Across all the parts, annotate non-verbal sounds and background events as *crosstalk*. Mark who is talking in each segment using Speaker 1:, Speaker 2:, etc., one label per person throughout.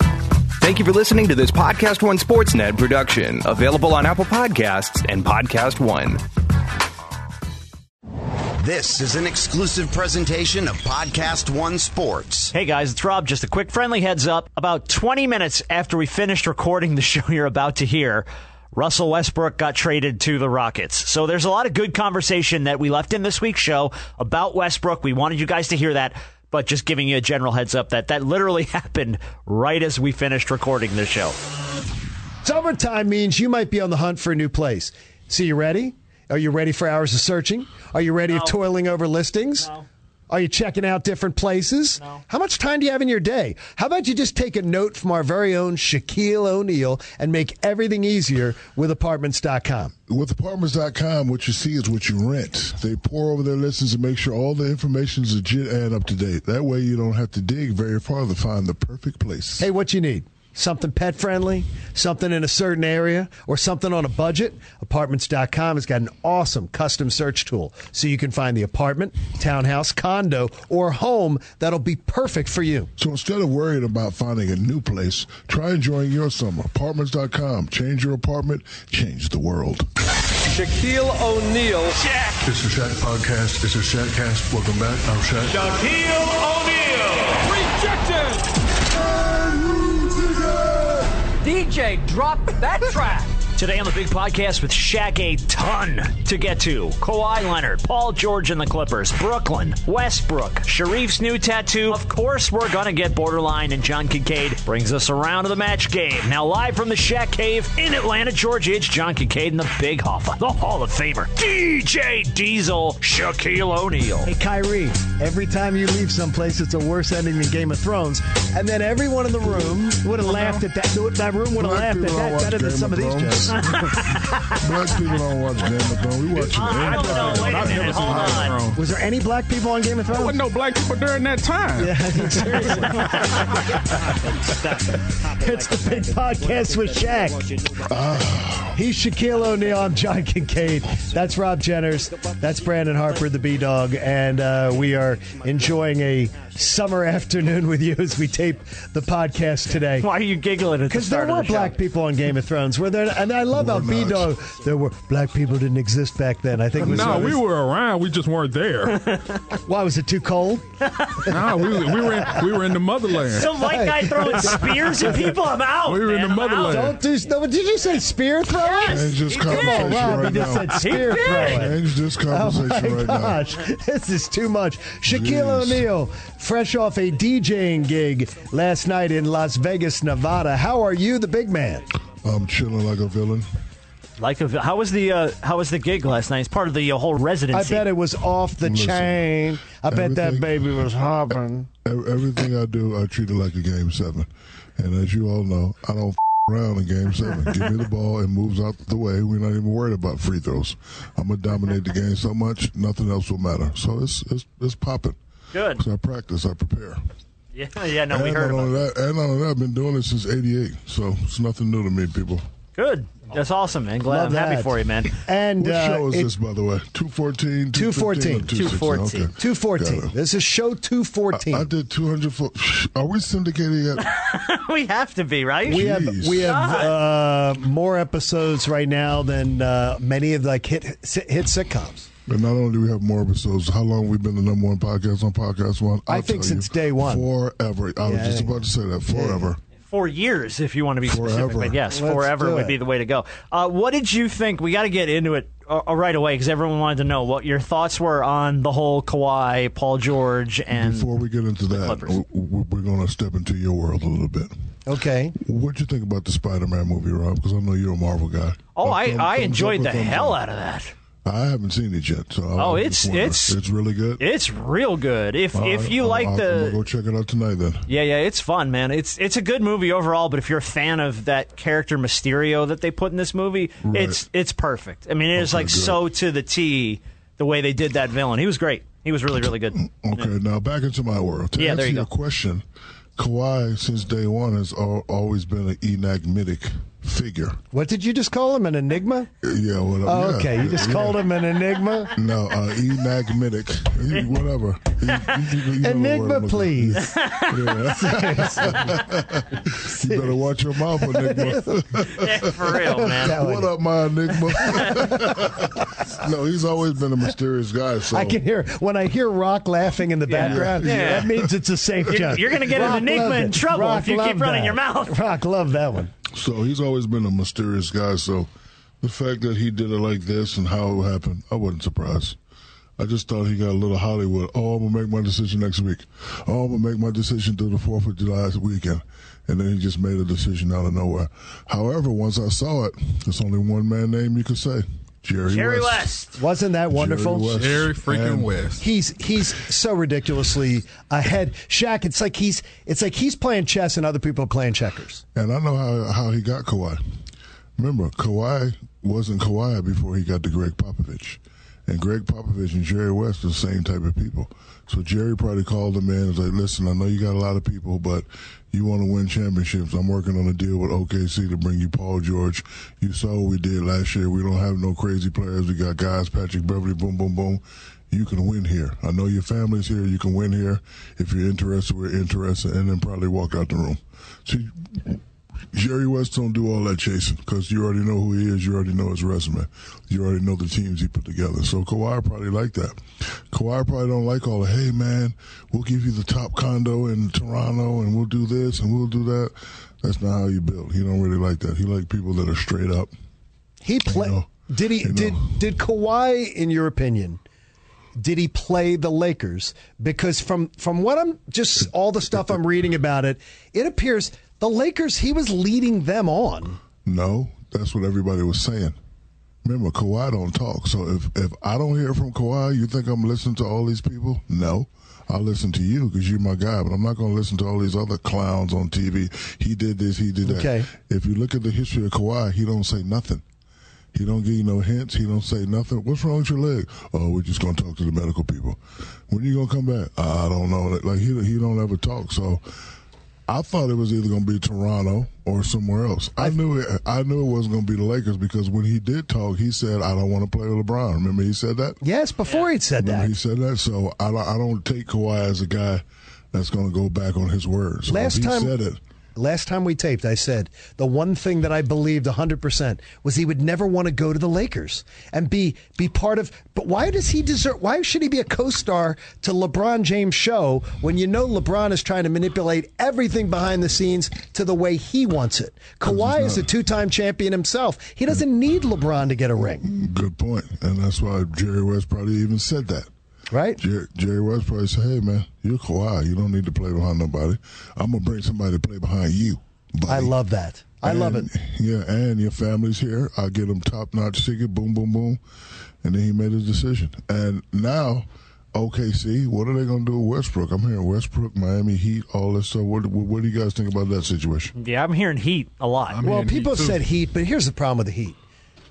Speaker 1: Thank you for listening to this Podcast One Sportsnet production, available on Apple Podcasts and Podcast One.
Speaker 2: This is an exclusive presentation of Podcast One Sports.
Speaker 3: Hey guys, it's Rob. Just a quick friendly heads up. About 20 minutes after we finished recording the *laughs* show you're about to hear, Russell Westbrook got traded to the Rockets. So there's a lot of good conversation that we left in this week's show about Westbrook. We wanted you guys to hear that, but just giving you a general heads up that that literally *laughs* happened right as we finished recording this show.
Speaker 4: Summertime means you might be on the hunt for a new place. So you ready? Are you ready for hours of searching? Are you ready
Speaker 3: No.
Speaker 4: of toiling over listings?
Speaker 3: No.
Speaker 4: Are you checking out different places?
Speaker 3: No.
Speaker 4: How much time do you have in your day? How about you just take a note from our very own Shaquille O'Neal and make everything easier with apartments.com?
Speaker 5: With apartments.com, what you see is what you rent. They pour over their listings and make sure all the information is legit and up to date. That way, you don't have to dig very far to find the perfect place.
Speaker 4: Hey, what you need? Something pet friendly, something in a certain area, or something on a budget? Apartments.com has got an awesome custom search tool so you can find the apartment, townhouse, condo, or home that'll be perfect for you.
Speaker 5: So instead of worrying about finding a new place, try enjoying your summer. Apartments.com. Change your apartment, change the world.
Speaker 6: Shaquille O'Neal.
Speaker 5: This is Shaq Podcast. This is Shaqcast. Welcome back. I'm Shaq.
Speaker 7: Shaquille O'Neal.
Speaker 6: Rejected.
Speaker 7: DJ, drop that track.
Speaker 3: Today on the big podcast with Shaq, a ton to get to. Kawhi Leonard, Paul George and the Clippers, Brooklyn, Westbrook, Sharif's new tattoo. Of course, we're going to get borderline, and John Kincaid brings us around to the match game. Now, live from the Shaq Cave in Atlanta, Georgia, it's John Kincaid and the Big Hoffa, the Hall of Famer, DJ Diesel, Shaquille O'Neal.
Speaker 8: Hey, Kyrie, every time you leave someplace, it's a worse ending than Game of Thrones. And then everyone in the room would have laughed at that. That room would have laughed at
Speaker 5: Black people don't
Speaker 8: that
Speaker 5: watch
Speaker 8: better than
Speaker 5: Game
Speaker 8: some of
Speaker 5: of
Speaker 8: these
Speaker 5: Thrones.
Speaker 8: jokes.
Speaker 5: *laughs* Black people don't watch Game of Thrones. We
Speaker 8: Oh
Speaker 5: watch
Speaker 3: I don't know. Wait a minute. Hold on.
Speaker 8: Was there any black people on Game of Thrones?
Speaker 6: Wasn't no black people during that time.
Speaker 4: *laughs*
Speaker 8: It's the big podcast with Shaq.
Speaker 4: He's Shaquille O'Neal. I'm John Kincaid. That's Rob Jenners. That's Brandon Harper, the B Dog. And uh, we are enjoying a summer *laughs* afternoon with you as we tape the podcast today.
Speaker 3: Why are you giggling at the
Speaker 4: Because there
Speaker 3: start
Speaker 4: were
Speaker 3: of the
Speaker 4: black
Speaker 3: show?
Speaker 4: people on Game of Thrones. Were there, and I love how
Speaker 5: We're
Speaker 4: B
Speaker 5: not.
Speaker 4: Dog, there were black people didn't exist back then. I think it was
Speaker 9: No,
Speaker 4: it
Speaker 9: we
Speaker 4: was-
Speaker 9: were around. We just weren't there.
Speaker 4: *laughs* Why was it too cold?
Speaker 9: no, we, we were in, we were in the motherland.
Speaker 3: Some white guy *laughs* throwing spears at people. I'm out.
Speaker 9: We were in
Speaker 3: man.
Speaker 9: the
Speaker 3: I'm out.
Speaker 9: motherland.
Speaker 4: Don't do. No, but did you say spear thrower?
Speaker 5: Change this
Speaker 4: Oh,
Speaker 5: conversation
Speaker 4: Rob,
Speaker 5: right
Speaker 4: you just
Speaker 5: now.
Speaker 4: said spear thrower.
Speaker 5: Change this
Speaker 4: Oh
Speaker 5: conversation
Speaker 4: my
Speaker 5: right now.
Speaker 4: gosh, this is too much. Shaquille
Speaker 5: Jeez.
Speaker 4: O'Neal, fresh off a DJing gig last night in Las Vegas, Nevada. How are you, the big man?
Speaker 5: I'm chilling like a villain.
Speaker 3: Like, a, how was the uh, how was the gig last night? It's part of the uh, whole
Speaker 4: I
Speaker 3: residency.
Speaker 4: bet it was off the
Speaker 5: Listen,
Speaker 4: chain. I bet that
Speaker 5: everything-
Speaker 4: baby was hopping.
Speaker 5: Ev- Everything I do, I treat it like a game seven. And as you all know, I don't f- around in game seven. Give me the ball and moves out the way. We're not even worried about free throws. I'm gonna dominate the game so much, nothing else will matter. So it's it's it's popping.
Speaker 3: Good.
Speaker 5: 'Cause I practice, I prepare.
Speaker 3: *laughs* Yeah, yeah. No, we
Speaker 5: and
Speaker 3: heard
Speaker 5: not
Speaker 3: about
Speaker 5: only
Speaker 3: it.
Speaker 5: that, and not only that, I've been doing it since '88, so it's nothing new to me, people.
Speaker 3: Good. That's awesome, man. Glad
Speaker 4: Love
Speaker 3: I'm happy
Speaker 4: that.
Speaker 3: for you, man. *laughs*
Speaker 4: And
Speaker 5: What
Speaker 4: uh,
Speaker 5: show is
Speaker 4: it-
Speaker 5: this, by the way? 214,
Speaker 4: 214.
Speaker 5: 214.
Speaker 3: 214.
Speaker 5: Okay.
Speaker 4: 214.
Speaker 5: Got it.
Speaker 4: This is show 214.
Speaker 5: I did 200. For, are we syndicating yet?
Speaker 3: we have to be right.
Speaker 4: we have
Speaker 5: Jeez.
Speaker 4: we have uh, more episodes right now than uh, many of like hit hit sitcoms.
Speaker 5: And not only do we have more episodes, how long we've been the number one podcast on Podcast One?
Speaker 4: I
Speaker 5: I'll
Speaker 4: think
Speaker 5: tell
Speaker 4: since
Speaker 5: you,
Speaker 4: day one.
Speaker 5: Forever. I was
Speaker 4: Yeah.
Speaker 5: just about to say that. Forever.
Speaker 3: four years, if you want to be specific.
Speaker 5: Forever.
Speaker 3: But yes,
Speaker 4: Let's
Speaker 3: forever
Speaker 4: do
Speaker 3: would
Speaker 4: it.
Speaker 3: be the way to go. Uh, what did you think? We got to get into it uh, uh, right away because everyone wanted to know what your thoughts were on the whole Kawhi, Paul George, and
Speaker 5: Before we get into that,
Speaker 3: Clippers.
Speaker 5: w- w- we're going to step into your world a little bit.
Speaker 4: Okay.
Speaker 5: What'd you think about the Spider-Man movie, Rob? Because I know you're a Marvel guy.
Speaker 3: oh,
Speaker 5: Uh,
Speaker 3: I,
Speaker 5: thumb-
Speaker 3: I
Speaker 5: thumbs
Speaker 3: enjoyed
Speaker 5: up or
Speaker 3: the
Speaker 5: thumbs
Speaker 3: hell
Speaker 5: up?
Speaker 3: out of that.
Speaker 5: I haven't seen it yet. So
Speaker 3: Oh,
Speaker 5: I'll
Speaker 3: it's-
Speaker 5: just wonder.
Speaker 3: it's-
Speaker 5: it's really good.
Speaker 3: It's real good. If
Speaker 5: All
Speaker 3: if
Speaker 5: right,
Speaker 3: you
Speaker 5: I'll-
Speaker 3: like
Speaker 5: I'll- I'm
Speaker 3: the
Speaker 5: gonna go check it out tonight then.
Speaker 3: Yeah, yeah, it's fun, man. It's it's a good movie overall, but if you're a fan of that character Mysterio that they put in this movie,
Speaker 5: Right.
Speaker 3: it's it's perfect. I mean, it is
Speaker 5: Okay,
Speaker 3: like
Speaker 5: good.
Speaker 3: so to the T the way they did that villain. He was great. He was really really good. *laughs*
Speaker 5: Okay, now back into my world. To
Speaker 3: Yeah,
Speaker 5: answer
Speaker 3: there you
Speaker 5: your
Speaker 3: go.
Speaker 5: question, Kawhi since day one has al- always been an enigmatic figure.
Speaker 4: What did you just call him? An enigma?
Speaker 5: Yeah, what up?
Speaker 4: Oh,
Speaker 5: yeah,
Speaker 4: okay. You just
Speaker 5: yeah.
Speaker 4: called him an
Speaker 5: *laughs*
Speaker 4: enigma?
Speaker 5: No, uh, Enoch Minnick. He- Whatever. He- you- you- you know the word I'm
Speaker 4: Enigma,
Speaker 5: looking for.
Speaker 4: please. *laughs*
Speaker 5: You better watch your mouth, Enigma.
Speaker 3: For real, man.
Speaker 5: what up, my Enigma? *laughs* no, he's always been a mysterious guy. So
Speaker 4: I can hear when I hear Rock laughing in the background.
Speaker 3: Yeah.
Speaker 4: That means it's a safe job.
Speaker 3: you're gonna get an enigma
Speaker 4: loved
Speaker 3: in
Speaker 4: it.
Speaker 3: trouble if you keep
Speaker 4: loved
Speaker 3: running
Speaker 4: that.
Speaker 3: your mouth.
Speaker 4: Rock loved that one.
Speaker 5: So he's always been a mysterious guy. So the fact that he did it like this and how it happened, I wasn't surprised. I just thought he got a little Hollywood. Oh, I'm gonna make my decision next week. Oh, I'm gonna make my decision through the Fourth of July weekend, and then he just made a decision out of nowhere. However, once I saw it, there's only one man name you could say: Jerry,
Speaker 3: Jerry
Speaker 5: West.
Speaker 3: West.
Speaker 4: Wasn't that wonderful?
Speaker 5: Jerry West.
Speaker 9: Jerry freaking
Speaker 5: And
Speaker 9: West.
Speaker 4: He's he's so ridiculously ahead. Shaq, it's like he's it's like he's playing chess and other people are playing checkers.
Speaker 5: And I know how, how he got Kawhi. Remember, Kawhi wasn't Kawhi before he got to Greg Popovich. And Greg Popovich and Jerry West are the same type of people. So Jerry probably called him in and was like, listen, I know you got a lot of people, but you want to win championships. I'm working on a deal with OKC to bring you Paul George. You saw what we did last year. We don't have no crazy players. We got guys, Patrick Beverly, boom, boom, boom. You can win here. I know your family's here. You can win here. If you're interested, we're interested. And then probably walk out the room. See, Jerry West don't do all that chasing because you already know who he is. You already know his resume. You already know the teams he put together. So Kawhi probably like that. Kawhi probably don't like all the, hey man, we'll give you the top condo in Toronto and we'll do this and we'll do that. That's not how you build. He don't really like that. He like people that are straight up.
Speaker 4: He played.
Speaker 5: I know.
Speaker 4: Did he
Speaker 5: I know.
Speaker 4: did did Kawhi, in your opinion, did he play the Lakers? Because from from what I'm just all the stuff I'm reading about it, it appears the Lakers he was leading them on.
Speaker 5: No, that's what everybody was saying. Remember, Kawhi don't talk. So if if I don't hear from Kawhi, you think I'm listening to all these people? No. I listen to you because you're my guy, but I'm not going to listen to all these other clowns on TV. He did this, he did that.
Speaker 4: Okay.
Speaker 5: If you look at the history of Kawhi, he don't say nothing. He don't give you no hints. He don't say nothing. What's wrong with your leg? Oh, we're just gonna talk to the medical people. When you gonna come back? I don't know. Like he he don't ever talk. So I thought it was either gonna be Toronto or somewhere else. I knew it. I knew it wasn't gonna be the Lakers because when he did talk, he said, "I don't want to play with LeBron." Remember he said that.
Speaker 4: Yes, before he'd said
Speaker 5: Remember
Speaker 4: that.
Speaker 5: he said that. So I don't- I don't take Kawhi as a guy that's gonna go back on his words. So
Speaker 4: Last
Speaker 5: if he
Speaker 4: time-
Speaker 5: said it.
Speaker 4: Last time we taped, I said the one thing that I believed 100% was he would never want to go to the Lakers and be be part of. But why does he deserve? Why should he be a co-star to LeBron James' show when you know LeBron is trying to manipulate everything behind the scenes to the way he wants it? Kawhi is a two-time champion himself. He doesn't need LeBron to get a ring,
Speaker 5: Good point, and that's why Jerry West probably even said that.
Speaker 4: right?
Speaker 5: Jerry, Jerry West probably said, "Hey man, you're Kawhi. You don't need to play behind nobody. I'm gonna bring somebody to play behind you." buddy."
Speaker 4: I love that. I love it.
Speaker 5: And- Yeah, and your family's here. I get them top notch ticket. Boom, boom, boom, and then he made his decision. And now, OKC, what are they gonna do with Westbrook? I'm hearing Westbrook, Miami Heat, all this stuff. What, what, what do you guys think about that situation?
Speaker 3: Yeah, I'm hearing heat a lot.
Speaker 4: Well,
Speaker 9: And heat,
Speaker 4: people have
Speaker 9: too.
Speaker 4: said Heat, but here's the problem with the Heat.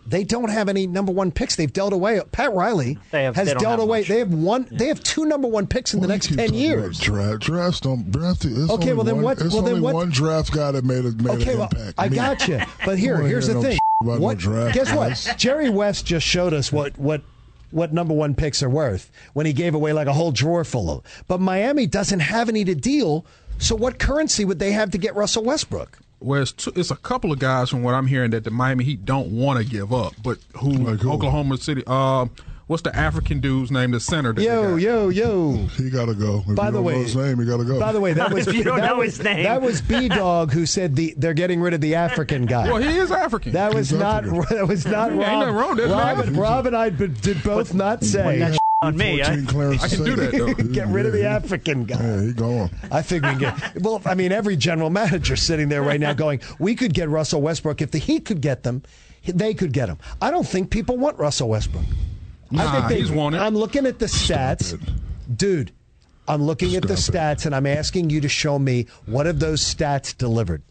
Speaker 4: They don't have any number one picks. They've dealt away. Pat Riley
Speaker 3: They have-
Speaker 4: has
Speaker 3: they don't
Speaker 4: dealt
Speaker 3: have
Speaker 4: away.
Speaker 3: much.
Speaker 4: They have one. They have two number one picks in the
Speaker 5: Why
Speaker 4: next
Speaker 5: you keep
Speaker 4: ten
Speaker 5: talking about
Speaker 4: years.
Speaker 5: Draft, drafts don't draft. It's
Speaker 4: Okay,
Speaker 5: only
Speaker 4: well, then
Speaker 5: one-
Speaker 4: what-
Speaker 5: It's
Speaker 4: well, then
Speaker 5: only
Speaker 4: what-
Speaker 5: one draft guy that made a made
Speaker 4: Okay,
Speaker 5: an
Speaker 4: well,
Speaker 5: impact.
Speaker 4: I
Speaker 5: Me.
Speaker 4: got you. But here,
Speaker 5: Don't wanna
Speaker 4: here's
Speaker 5: hear
Speaker 4: the
Speaker 5: no
Speaker 4: thing.
Speaker 5: about no
Speaker 4: What,
Speaker 5: draft
Speaker 4: guess what?
Speaker 5: guys.
Speaker 4: Jerry West just showed us what what what number one picks are worth when he gave away like a whole drawer full of. But Miami doesn't have any to deal. So what currency would they have to get Russell Westbrook?
Speaker 9: Well, it's, two, it's a couple of guys from what I'm hearing that the Miami Heat don't want to give up, but who,
Speaker 5: Like who?
Speaker 9: Oklahoma City, uh, what's the African dude's name, the center? That they
Speaker 4: Yo,
Speaker 9: got?
Speaker 4: yo, yo.
Speaker 5: *laughs* He gotta go. If
Speaker 4: By
Speaker 5: you
Speaker 4: the
Speaker 5: don't
Speaker 4: way,
Speaker 5: know his name, he gotta go.
Speaker 4: By the
Speaker 3: *laughs*
Speaker 4: way, that was
Speaker 3: If you don't
Speaker 4: that
Speaker 3: know
Speaker 4: was,
Speaker 3: his name.
Speaker 4: That was B Dog who said the they're getting rid of the African guy.
Speaker 9: Well, he is African.
Speaker 4: that was
Speaker 5: He's
Speaker 4: not
Speaker 5: African.
Speaker 4: that was not
Speaker 9: Ain't
Speaker 4: Rob.
Speaker 9: nothing wrong with that,
Speaker 4: Rob,
Speaker 9: man.
Speaker 4: and, Rob and I b- did both not say
Speaker 3: that on me, I,
Speaker 5: 14 clearance
Speaker 9: I can do that, though.
Speaker 4: *laughs* get rid of the African guy.
Speaker 5: Yeah, he gone.
Speaker 4: I think we can
Speaker 5: *laughs*
Speaker 4: get. Well, I mean, every general manager sitting there right now going, we could get Russell Westbrook if the Heat could get them. They could get him. I don't think people want Russell Westbrook. I
Speaker 9: Nah,
Speaker 4: think they,
Speaker 9: he's wanted.
Speaker 4: I'm looking at the stats, dude. I'm looking at the
Speaker 5: Stop it.
Speaker 4: stats, and I'm asking you to show me what of those stats delivered.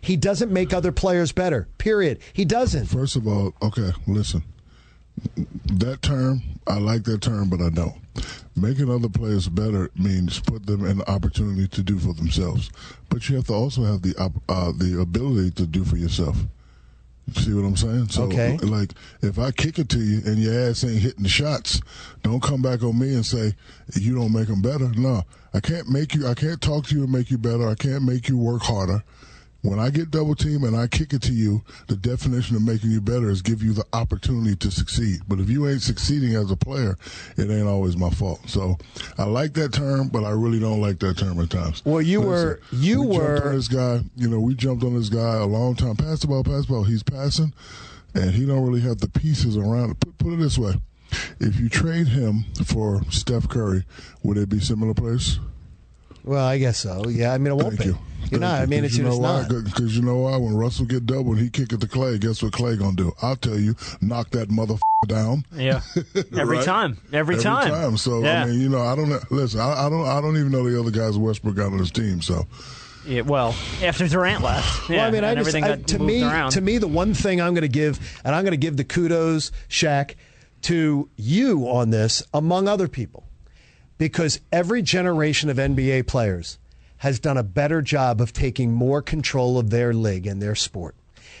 Speaker 4: He doesn't make other players better. Period. He doesn't.
Speaker 5: First of all, okay, listen. That term, I like that term, but I don't. Making other players better means put them in the opportunity to do for themselves, but you have to also have the op- uh, the ability to do for yourself. See what I'm saying? So,
Speaker 4: Okay.
Speaker 5: like, if I kick it to you and your ass ain't hitting the shots, don't come back on me and say you don't make them better. No, I can't make you. I can't talk to you and make you better. I can't make you work harder. When I get double team and I kick it to you, the definition of making you better is give you the opportunity to succeed. But if you ain't succeeding as a player, it ain't always my fault. So I like that term, but I really don't like that term at times.
Speaker 4: Well, you
Speaker 5: Listen,
Speaker 4: were- you
Speaker 5: we jumped
Speaker 4: were-
Speaker 5: on this guy. You know, we jumped on this guy a long time. Pass the ball, pass the ball. He's passing, and he don't really have the pieces around. It. Put, put it this way: if you trade him for Steph Curry, would it be similar players?
Speaker 4: Well, I guess so. Yeah, I mean, it won't
Speaker 5: Thank
Speaker 4: be.
Speaker 5: you.
Speaker 4: You're not. I mean, it's,
Speaker 5: you
Speaker 4: it's
Speaker 5: know why?
Speaker 4: not.
Speaker 5: Because you know why? When Russell get double and he kick it to Clay, guess what Clay gonna do? I'll tell you, knock that mother down.
Speaker 3: *laughs* Yeah. Every
Speaker 5: Right?
Speaker 3: time. Every, time.
Speaker 5: So
Speaker 3: Yeah.
Speaker 5: I mean, you know, I don't know- listen. I, I don't. I don't even know the other guys Westbrook got on his team. So
Speaker 3: Yeah, well, after Durant left. Yeah,
Speaker 4: well, I mean, I
Speaker 3: and
Speaker 4: just
Speaker 3: everything
Speaker 4: I,
Speaker 3: got
Speaker 4: to
Speaker 3: moved
Speaker 4: me
Speaker 3: around.
Speaker 4: to me the one thing I'm going to give, and I'm going to give the kudos, Shaq, to you on this, among other people, because every generation of NBA players has done a better job of taking more control of their league and their sport.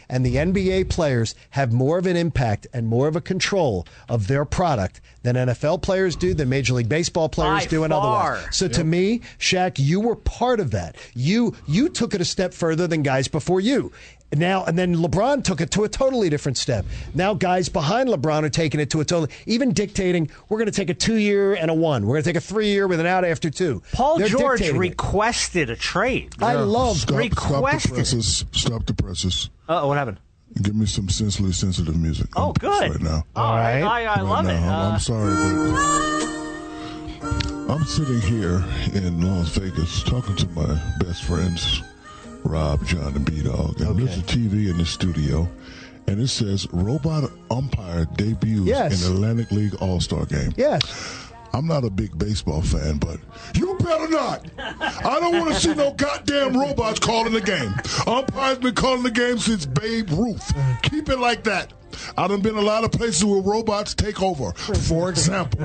Speaker 4: And the NBA players have more of an impact and more of a control of their product than NFL players do, than Major League Baseball players
Speaker 3: By
Speaker 4: do, and otherwise.
Speaker 3: far.
Speaker 4: So to me, Shaq, you were part of that. You you took it a step further than guys before you. Now and then LeBron took it to a totally different step. Now guys behind LeBron are taking it to a totally even dictating we're going to take a 2 year and a 1. We're going to take a 3 year with an out after 2.
Speaker 3: Paul
Speaker 4: They're
Speaker 3: George
Speaker 4: dictating it.
Speaker 3: requested a trade.
Speaker 4: I
Speaker 3: Oh,
Speaker 4: love
Speaker 5: stop, stop the
Speaker 3: Requested.
Speaker 5: presses. Stop the presses.
Speaker 3: Oh, what happened?
Speaker 5: Give me some sensually sensitive music.
Speaker 3: Oh,
Speaker 5: I'm pissed
Speaker 3: good.
Speaker 5: Right now.
Speaker 3: All right. I, I
Speaker 5: Right
Speaker 3: love
Speaker 5: now.
Speaker 3: it.
Speaker 5: I'm,
Speaker 3: Uh,
Speaker 5: I'm sorry, but I'm sitting here in Las Vegas talking to my best friends, Rob, John, and B Dog, and there's a TV in the studio, and it says robot umpire debuts
Speaker 4: Yes.
Speaker 5: in Atlantic League All Star Game.
Speaker 4: Yes.
Speaker 5: I'm not a big baseball fan, but you better not. I don't want to see no goddamn robots calling the game. Umpire's been calling the game since Babe Ruth. Keep it like that. I done been a lot of places where robots take over. For example,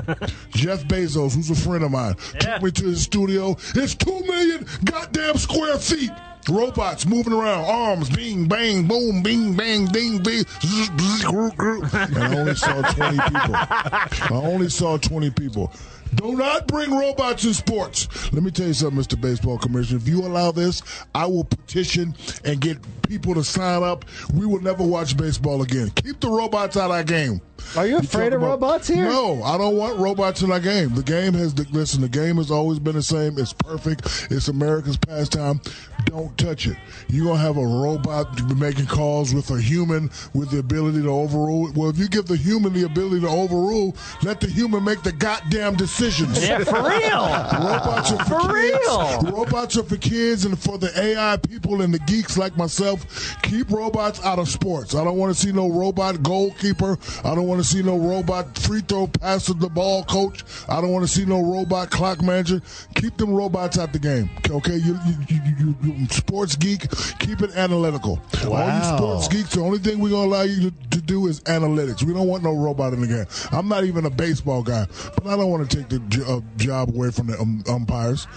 Speaker 5: Jeff Bezos, who's a friend of mine, took me to his studio. It's two million goddamn square feet. Robots moving around, arms, bing, bang, boom, bing, bang, ding, ding, zzz, zzz, grr, grr. and I only saw 20 people. I only saw 20 people. Do not bring robots in sports. Let me tell you something, Mr. Baseball Commissioner. If you allow this, I will petition and get people to sign up. We will never watch baseball again. Keep the robots out of our game.
Speaker 4: Are you
Speaker 5: You
Speaker 4: afraid
Speaker 5: talking
Speaker 4: of
Speaker 5: about-
Speaker 4: robots here?
Speaker 5: No, I don't want robots in our game. The game has listen. The game has always been the same. It's perfect. It's America's pastime. Don't touch it. You gonna have a robot making calls with a human with the ability to overrule. it? Well, if you give the human the ability to overrule, let the human make the goddamn decisions.
Speaker 3: yeah, for real.
Speaker 5: Robots are for,
Speaker 3: For
Speaker 5: kids.
Speaker 3: real.
Speaker 5: Robots are for kids and for the AI people and the geeks like myself. Keep robots out of sports. I don't want to see no robot goalkeeper. I don't want to see no robot free throw passer the ball coach. I don't want to see no robot clock manager. Keep them robots out the game. Okay, you you, you, you, you- you sports geek. Keep it analytical. All you
Speaker 4: Wow.
Speaker 5: sports geeks, the only thing we're gonna allow you to, to do is analytics. We don't want no robot in the game. I'm not even a baseball guy, but I don't want to take the jo- uh, job away from the um, umpires.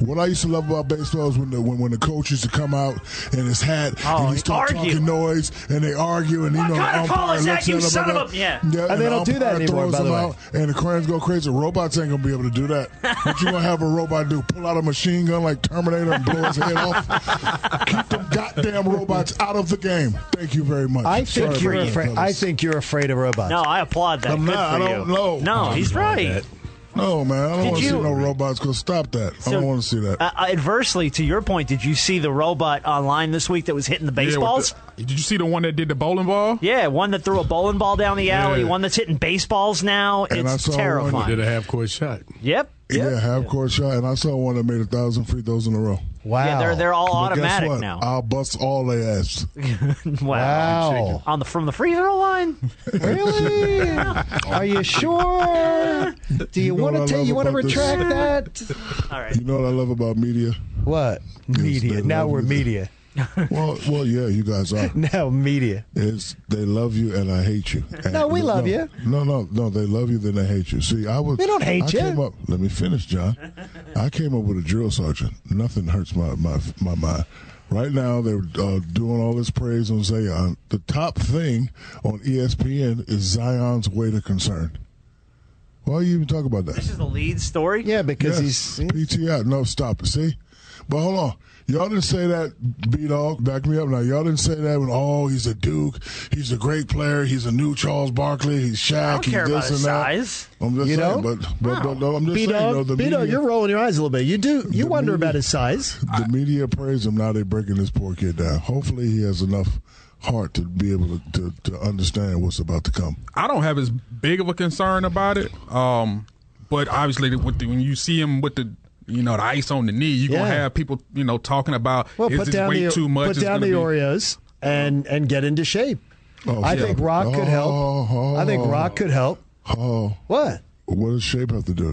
Speaker 5: What I used to love about baseball is when the when, when the coach used to come out in his hat
Speaker 3: Oh,
Speaker 5: and
Speaker 3: they
Speaker 5: he start
Speaker 3: argue.
Speaker 5: talking noise and they argue and you
Speaker 3: What
Speaker 5: know
Speaker 3: kind
Speaker 5: the
Speaker 3: of call
Speaker 5: umpire
Speaker 3: is that,
Speaker 5: looks
Speaker 3: you
Speaker 5: at him
Speaker 3: son
Speaker 5: and
Speaker 3: of a-
Speaker 5: that-
Speaker 3: Yeah.
Speaker 4: And they
Speaker 5: the
Speaker 4: don't do that
Speaker 5: umpire
Speaker 4: anymore,
Speaker 5: throws
Speaker 4: by the
Speaker 5: him
Speaker 4: way.
Speaker 5: out, and the crowds go crazy. Robots ain't gonna be able to do that. What you gonna have a robot do? Pull out a machine gun like Terminator and blow his head off? Keep them goddamn robots out of the game. Thank you very much.
Speaker 4: I think
Speaker 5: Sorry
Speaker 4: you're
Speaker 5: about that,
Speaker 4: afraid.
Speaker 5: fellas.
Speaker 4: I think you're afraid of robots.
Speaker 3: No, I applaud that.
Speaker 5: I'm
Speaker 3: Good
Speaker 5: not.
Speaker 3: for
Speaker 5: I
Speaker 3: you.
Speaker 5: don't know.
Speaker 3: No,
Speaker 5: I'm
Speaker 3: he's right.
Speaker 5: No man, I don't
Speaker 3: Did
Speaker 5: want to see
Speaker 3: you-
Speaker 5: no robots. Go stop that. I
Speaker 3: So,
Speaker 5: don't want to see that.
Speaker 3: Uh, adversely, to your point, did you see the robot online this week that was hitting the
Speaker 9: Yeah, with the-
Speaker 3: baseballs?
Speaker 9: did you see the one that did the bowling ball?
Speaker 3: Yeah, one that threw a bowling ball down the alley,
Speaker 10: Yeah.
Speaker 3: one that's hitting baseballs now.
Speaker 5: And I
Speaker 3: it's
Speaker 5: saw one
Speaker 10: He
Speaker 5: that
Speaker 3: terrifying.
Speaker 10: did a half court shot.
Speaker 3: Yep.
Speaker 5: yeah, half court shot, and I saw one that made a thousand free throws in a row.
Speaker 4: Wow.
Speaker 3: Yeah, they're they're all
Speaker 5: But guess
Speaker 3: automatic
Speaker 5: what?
Speaker 3: now.
Speaker 5: I'll bust all their ass.
Speaker 3: *laughs* wow.
Speaker 4: Wow.
Speaker 3: On the from the free throw
Speaker 5: *laughs*
Speaker 3: line? *laughs*
Speaker 4: Really? Are you sure? Do you
Speaker 5: You know
Speaker 4: want
Speaker 5: what
Speaker 4: to
Speaker 5: I
Speaker 4: take
Speaker 5: love
Speaker 4: you want to
Speaker 5: about this?
Speaker 4: retract that?
Speaker 3: All right.
Speaker 5: You know what I love about media?
Speaker 4: What? Media.
Speaker 5: they
Speaker 4: Now
Speaker 5: love
Speaker 4: we're
Speaker 5: you.
Speaker 4: media.
Speaker 5: Well, well, yeah, you guys are.
Speaker 4: Now media.
Speaker 5: It's they love you and I hate you.
Speaker 4: *laughs*
Speaker 5: And-
Speaker 4: No, we love you.
Speaker 5: No, no, no, they love you then they hate you. See, I was
Speaker 4: They don't hate
Speaker 5: I
Speaker 4: you.
Speaker 5: Came up, let me finish, John. I came up with a drill sergeant. Nothing hurts my my my mind. Right now, they're uh, doing all this praise on Zion. The top thing on E ESPN is Zion's way to concern. Why are you even talking about that?
Speaker 3: This is the lead story.
Speaker 4: Yeah, because he's
Speaker 5: PTI. No, stop it. See, but hold on. Y'all didn't say that, B Dog. Back me up now. Y'all didn't say that when, oh, he's a Duke. He's a great player. He's a new Charles Barkley. He's Shaq.
Speaker 3: I don't
Speaker 5: he's
Speaker 3: care
Speaker 5: this
Speaker 3: about
Speaker 5: and
Speaker 3: his
Speaker 5: that.
Speaker 3: size.
Speaker 5: I'm just
Speaker 4: You
Speaker 5: saying,
Speaker 4: know?
Speaker 5: but, but, but no, I'm just
Speaker 4: B
Speaker 5: saying, though,
Speaker 4: dog.
Speaker 5: the
Speaker 4: B dog,
Speaker 5: media,
Speaker 4: you're rolling your eyes a little bit. You do. You
Speaker 5: The
Speaker 4: wonder
Speaker 5: media-
Speaker 4: about his size.
Speaker 5: the media praise him. Now they're breaking this poor kid down. Hopefully, he has enough heart to be able to, to, to understand what's about to come.
Speaker 9: I don't have as big of a concern about it. Um, but obviously, with the, when you see him with the you know the ice on the knee, you're
Speaker 4: Yeah.
Speaker 9: gonna have people you know talking about
Speaker 4: Well,
Speaker 9: is
Speaker 4: put
Speaker 9: this
Speaker 4: down
Speaker 9: weight
Speaker 4: the
Speaker 9: too much?
Speaker 4: put
Speaker 9: Is it
Speaker 4: down the
Speaker 9: gonna be-
Speaker 4: Oreos and and get into shape.
Speaker 5: Oh,
Speaker 4: I
Speaker 5: yeah.
Speaker 4: think Rock could help.
Speaker 5: Oh,
Speaker 4: I think Rock could help.
Speaker 5: Oh,
Speaker 4: What?
Speaker 5: what does shape have to do?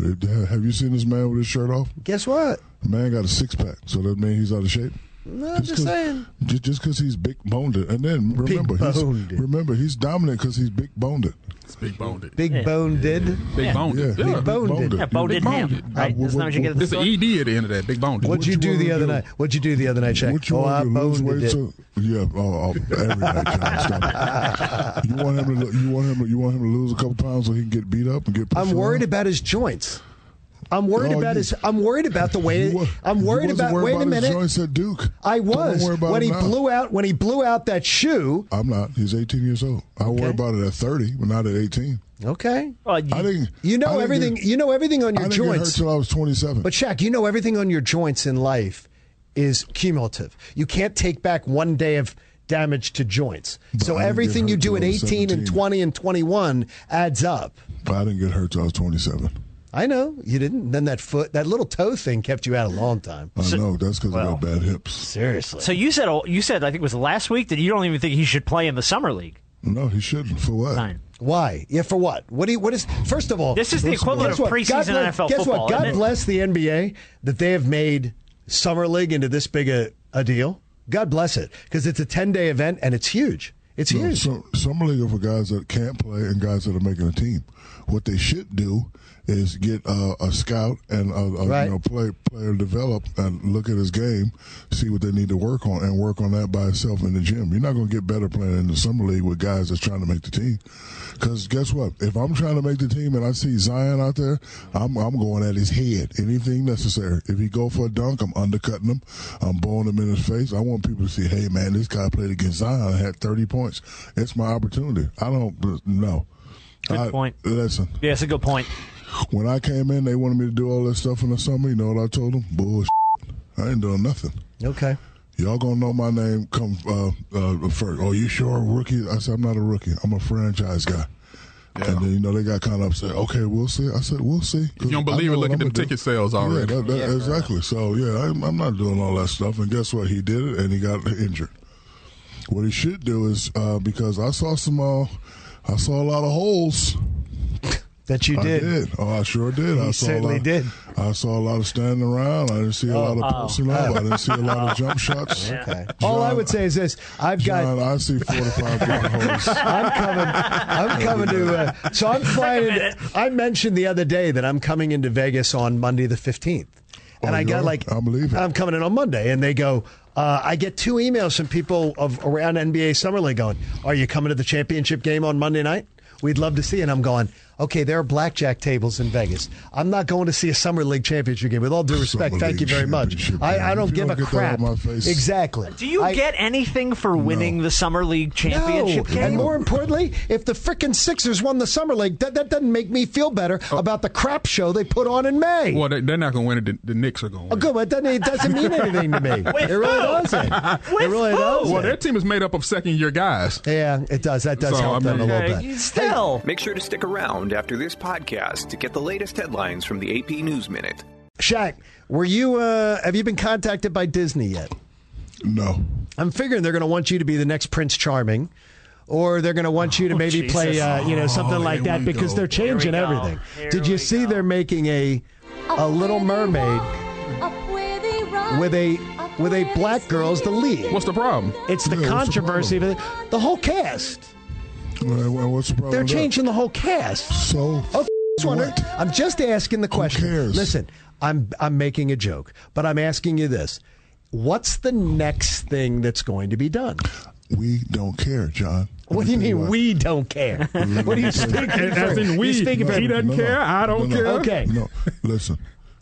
Speaker 5: Have you seen this man with his shirt off?
Speaker 4: Guess what?
Speaker 5: The man got a six pack, so that means he's out of shape.
Speaker 4: No, I'm just
Speaker 5: 'cause-
Speaker 4: saying.
Speaker 5: ju- Just because he's big boned, it. and then remember, he's,
Speaker 4: boned it.
Speaker 5: remember he's dominant because he's big boned. it.
Speaker 9: It's big boned. Big,
Speaker 4: Big bone did.
Speaker 9: big boned.
Speaker 5: Yeah,
Speaker 9: Yeah.
Speaker 5: big
Speaker 4: boned it.
Speaker 5: boned. it.
Speaker 4: Yeah,
Speaker 3: Bo did
Speaker 9: Bone
Speaker 3: him.
Speaker 9: did.
Speaker 3: Right?
Speaker 5: Uh,
Speaker 3: Isn't that what you get at the
Speaker 9: It's an
Speaker 3: store?
Speaker 9: ED at the end of that. Big boned.
Speaker 4: What'd you do the other night? What'd you do the other night, Shaq?
Speaker 5: What you
Speaker 4: oh, I
Speaker 5: want to lose
Speaker 4: boned
Speaker 5: weight
Speaker 4: it.
Speaker 5: to? Yeah, oh, oh, every night, John. Stop it. You want him to? lo- You want him? to- You want him to lose a couple pounds so he can get beat up and get.
Speaker 4: I'm
Speaker 5: pushed
Speaker 4: worried
Speaker 5: around?
Speaker 4: about his joints. I'm worried
Speaker 5: Oh,
Speaker 4: about
Speaker 5: you-
Speaker 4: his. I'm worried about the way.
Speaker 5: You wa-
Speaker 4: I'm
Speaker 5: you
Speaker 4: worried
Speaker 5: wasn't
Speaker 4: about. wait
Speaker 5: about
Speaker 4: a
Speaker 5: his
Speaker 4: minute.
Speaker 5: Joints at Duke.
Speaker 4: I
Speaker 5: Don't
Speaker 4: was
Speaker 5: worry about
Speaker 4: when
Speaker 5: him
Speaker 4: he
Speaker 5: now.
Speaker 4: blew out when he blew out that shoe.
Speaker 5: I'm not. He's 18 years old. I worry about it at 30, but not at 18.
Speaker 4: Okay.
Speaker 3: Well, you-
Speaker 5: I didn't.
Speaker 4: You
Speaker 5: I
Speaker 4: know
Speaker 5: didn't
Speaker 4: everything.
Speaker 5: get-
Speaker 4: you know everything on
Speaker 5: I
Speaker 4: your
Speaker 5: didn't
Speaker 4: joints.
Speaker 5: get hurt till I was 27.
Speaker 4: But Shaq, you know everything on your joints in life is cumulative. You can't take back one day of damage to joints. so
Speaker 5: I didn't get
Speaker 4: everything you
Speaker 5: hurt
Speaker 4: do at
Speaker 5: till I was
Speaker 4: 18 and
Speaker 5: 17.
Speaker 4: 20 and 21 adds up.
Speaker 5: But I didn't get hurt till I was 27.
Speaker 4: I know you didn't. Then that foot, that little toe thing kept you out a long time.
Speaker 5: I know that's because
Speaker 3: well.
Speaker 5: I got bad hips.
Speaker 4: Seriously.
Speaker 3: so you said oh, you said I think it was last week that you don't even think he should play in the summer league.
Speaker 5: No, he shouldn't. For
Speaker 4: Uh,
Speaker 5: what?
Speaker 3: Fine.
Speaker 4: Why? Yeah, for what? What do you, what is first of all
Speaker 3: This is the
Speaker 4: first all,
Speaker 3: equivalent
Speaker 4: guess
Speaker 3: of
Speaker 4: what?
Speaker 3: preseason
Speaker 4: God bless-
Speaker 3: NFL
Speaker 4: guess
Speaker 3: football,
Speaker 4: What? God
Speaker 3: isn't it?
Speaker 4: bless the NBA that they have made Summer League into this big a, a deal. God bless it. Because it's a ten day event and it's huge. It's
Speaker 5: No,
Speaker 4: huge.
Speaker 5: so, summer league are for guys that can't play and guys that are making a team. What they should do is get uh, a scout and a, a
Speaker 4: Right.
Speaker 5: uh, you know, play, player develop and look at his game, see what they need to work on, and work on that by itself in the gym. You're not going to get better playing in the summer league with guys that's trying to make the team. Because guess what? If I'm trying to make the team and I see Zion out there, I'm, I'm going at his head. Anything necessary. If he go for a dunk, I'm undercutting him. I'm blowing him in his face. I want people to see, hey man, this guy played against Zion and had 30 points. It's my opportunity. I don't no.
Speaker 3: Good
Speaker 5: I-
Speaker 3: point.
Speaker 5: Listen,
Speaker 3: Yeah, that's a good point.
Speaker 5: when I came in, they wanted me to do all that stuff in the summer. You know what I told them? Bullshit. I ain't doing nothing.
Speaker 4: Okay.
Speaker 5: Y'all gonna know my name come uh, uh, first. Oh, you sure a rookie? I said I'm not a rookie. I'm a franchise guy. And then you know they got kind of upset. Okay, we'll see. I said we'll see.
Speaker 9: If you don't believe it, look at them ticket sales already.
Speaker 5: Yeah, that- that- exactly. So yeah, I'm, I'm not doing all that stuff. And guess what? He did it, and he got injured. What he should do is uh, because I saw some, uh, I saw a lot of holes.
Speaker 4: That you did.
Speaker 5: I did. Oh, I sure did. I
Speaker 4: You
Speaker 5: saw
Speaker 4: certainly
Speaker 5: a lot,
Speaker 4: did.
Speaker 5: I saw a lot of standing around. I didn't see
Speaker 9: Oh,
Speaker 5: a lot of posting up. I didn't see a lot of jump shots. *laughs*
Speaker 4: Okay. All I would say is this: I've
Speaker 5: John,
Speaker 4: got.
Speaker 5: I see four to five
Speaker 4: *laughs*
Speaker 5: black holes.
Speaker 4: I'm coming. I'm coming to. Uh, so I'm flying. In, I mentioned the other day that I'm coming into Vegas on Monday the 15th, and
Speaker 5: Oh,
Speaker 4: I
Speaker 5: you
Speaker 4: got
Speaker 5: are?
Speaker 4: like
Speaker 5: I believe it.
Speaker 4: I'm coming in on Monday, and they go. Uh, I get two emails from people of around NBA Summer League going, "Are you coming to the championship game on Monday night? We'd love to see." you." And I'm going, "Okay, there are blackjack tables in Vegas. I'm not going to see a Summer League championship game. With all due respect,
Speaker 5: Summer
Speaker 4: thank you
Speaker 5: League
Speaker 4: very much.
Speaker 5: championship game.
Speaker 4: I, I
Speaker 5: If
Speaker 4: don't
Speaker 5: you
Speaker 4: give
Speaker 5: don't
Speaker 4: a
Speaker 5: get that out
Speaker 4: crap.
Speaker 5: of my face.
Speaker 4: Exactly.
Speaker 3: Do you
Speaker 4: I-
Speaker 3: get anything for winning the summer league championship
Speaker 4: no.
Speaker 3: game?
Speaker 4: And more importantly, if the frickin' Sixers won the Summer League, that, that doesn't make me feel better
Speaker 3: Oh.
Speaker 4: about the crap show they put on in May.
Speaker 9: Well, they, they're not gonna win it. The, the Knicks are gonna.
Speaker 4: Oh,
Speaker 9: Win.
Speaker 4: good, but it doesn't, it doesn't mean anything to
Speaker 3: *laughs*
Speaker 4: me. it
Speaker 3: who?
Speaker 4: really doesn't. it
Speaker 3: With
Speaker 4: really
Speaker 3: who?
Speaker 4: doesn't.
Speaker 9: Well, their team is made up of second year guys.
Speaker 4: yeah, it does. That does
Speaker 9: So,
Speaker 4: help
Speaker 9: I
Speaker 4: them a
Speaker 9: mean-
Speaker 4: little
Speaker 3: Okay,
Speaker 4: bit.
Speaker 3: Still.
Speaker 1: Make sure to stick around after this podcast to get the latest headlines from the AP News Minute.
Speaker 4: Shaq, were you? Uh, have you been contacted by Disney yet?
Speaker 5: No.
Speaker 4: I'm figuring they're going to want you to be the next Prince Charming, or they're going to want you to maybe
Speaker 3: Oh, Jesus.
Speaker 4: play, uh, you know, something
Speaker 9: Oh,
Speaker 4: like
Speaker 9: here
Speaker 4: that
Speaker 9: we
Speaker 4: because
Speaker 9: go.
Speaker 4: they're changing
Speaker 3: Here we go.
Speaker 4: everything.
Speaker 3: Here
Speaker 4: Did you
Speaker 3: we
Speaker 4: see
Speaker 3: go.
Speaker 4: they're making a a Little Mermaid with a with a black girl as the lead?
Speaker 9: What's the problem?
Speaker 4: It's the
Speaker 5: Yeah, what's the
Speaker 4: controversy, of it. the whole cast.
Speaker 5: Well, well, What's the problem?
Speaker 4: They're
Speaker 5: with that?
Speaker 4: changing the whole cast.
Speaker 5: So
Speaker 4: Oh, just wondering-
Speaker 5: what?
Speaker 4: I'm just asking the question.
Speaker 5: cares?
Speaker 4: Listen, I'm I'm making a joke, but I'm asking you this: What's the next thing that's going to be done?
Speaker 5: We don't care, John.
Speaker 4: What do you mean we don't care? what are you speaking
Speaker 9: As
Speaker 4: for?
Speaker 9: in we,
Speaker 4: You're
Speaker 9: he
Speaker 4: speaking for-
Speaker 9: doesn't care. I don't
Speaker 5: no,
Speaker 9: care.
Speaker 5: no,
Speaker 4: Okay.
Speaker 5: No, listen.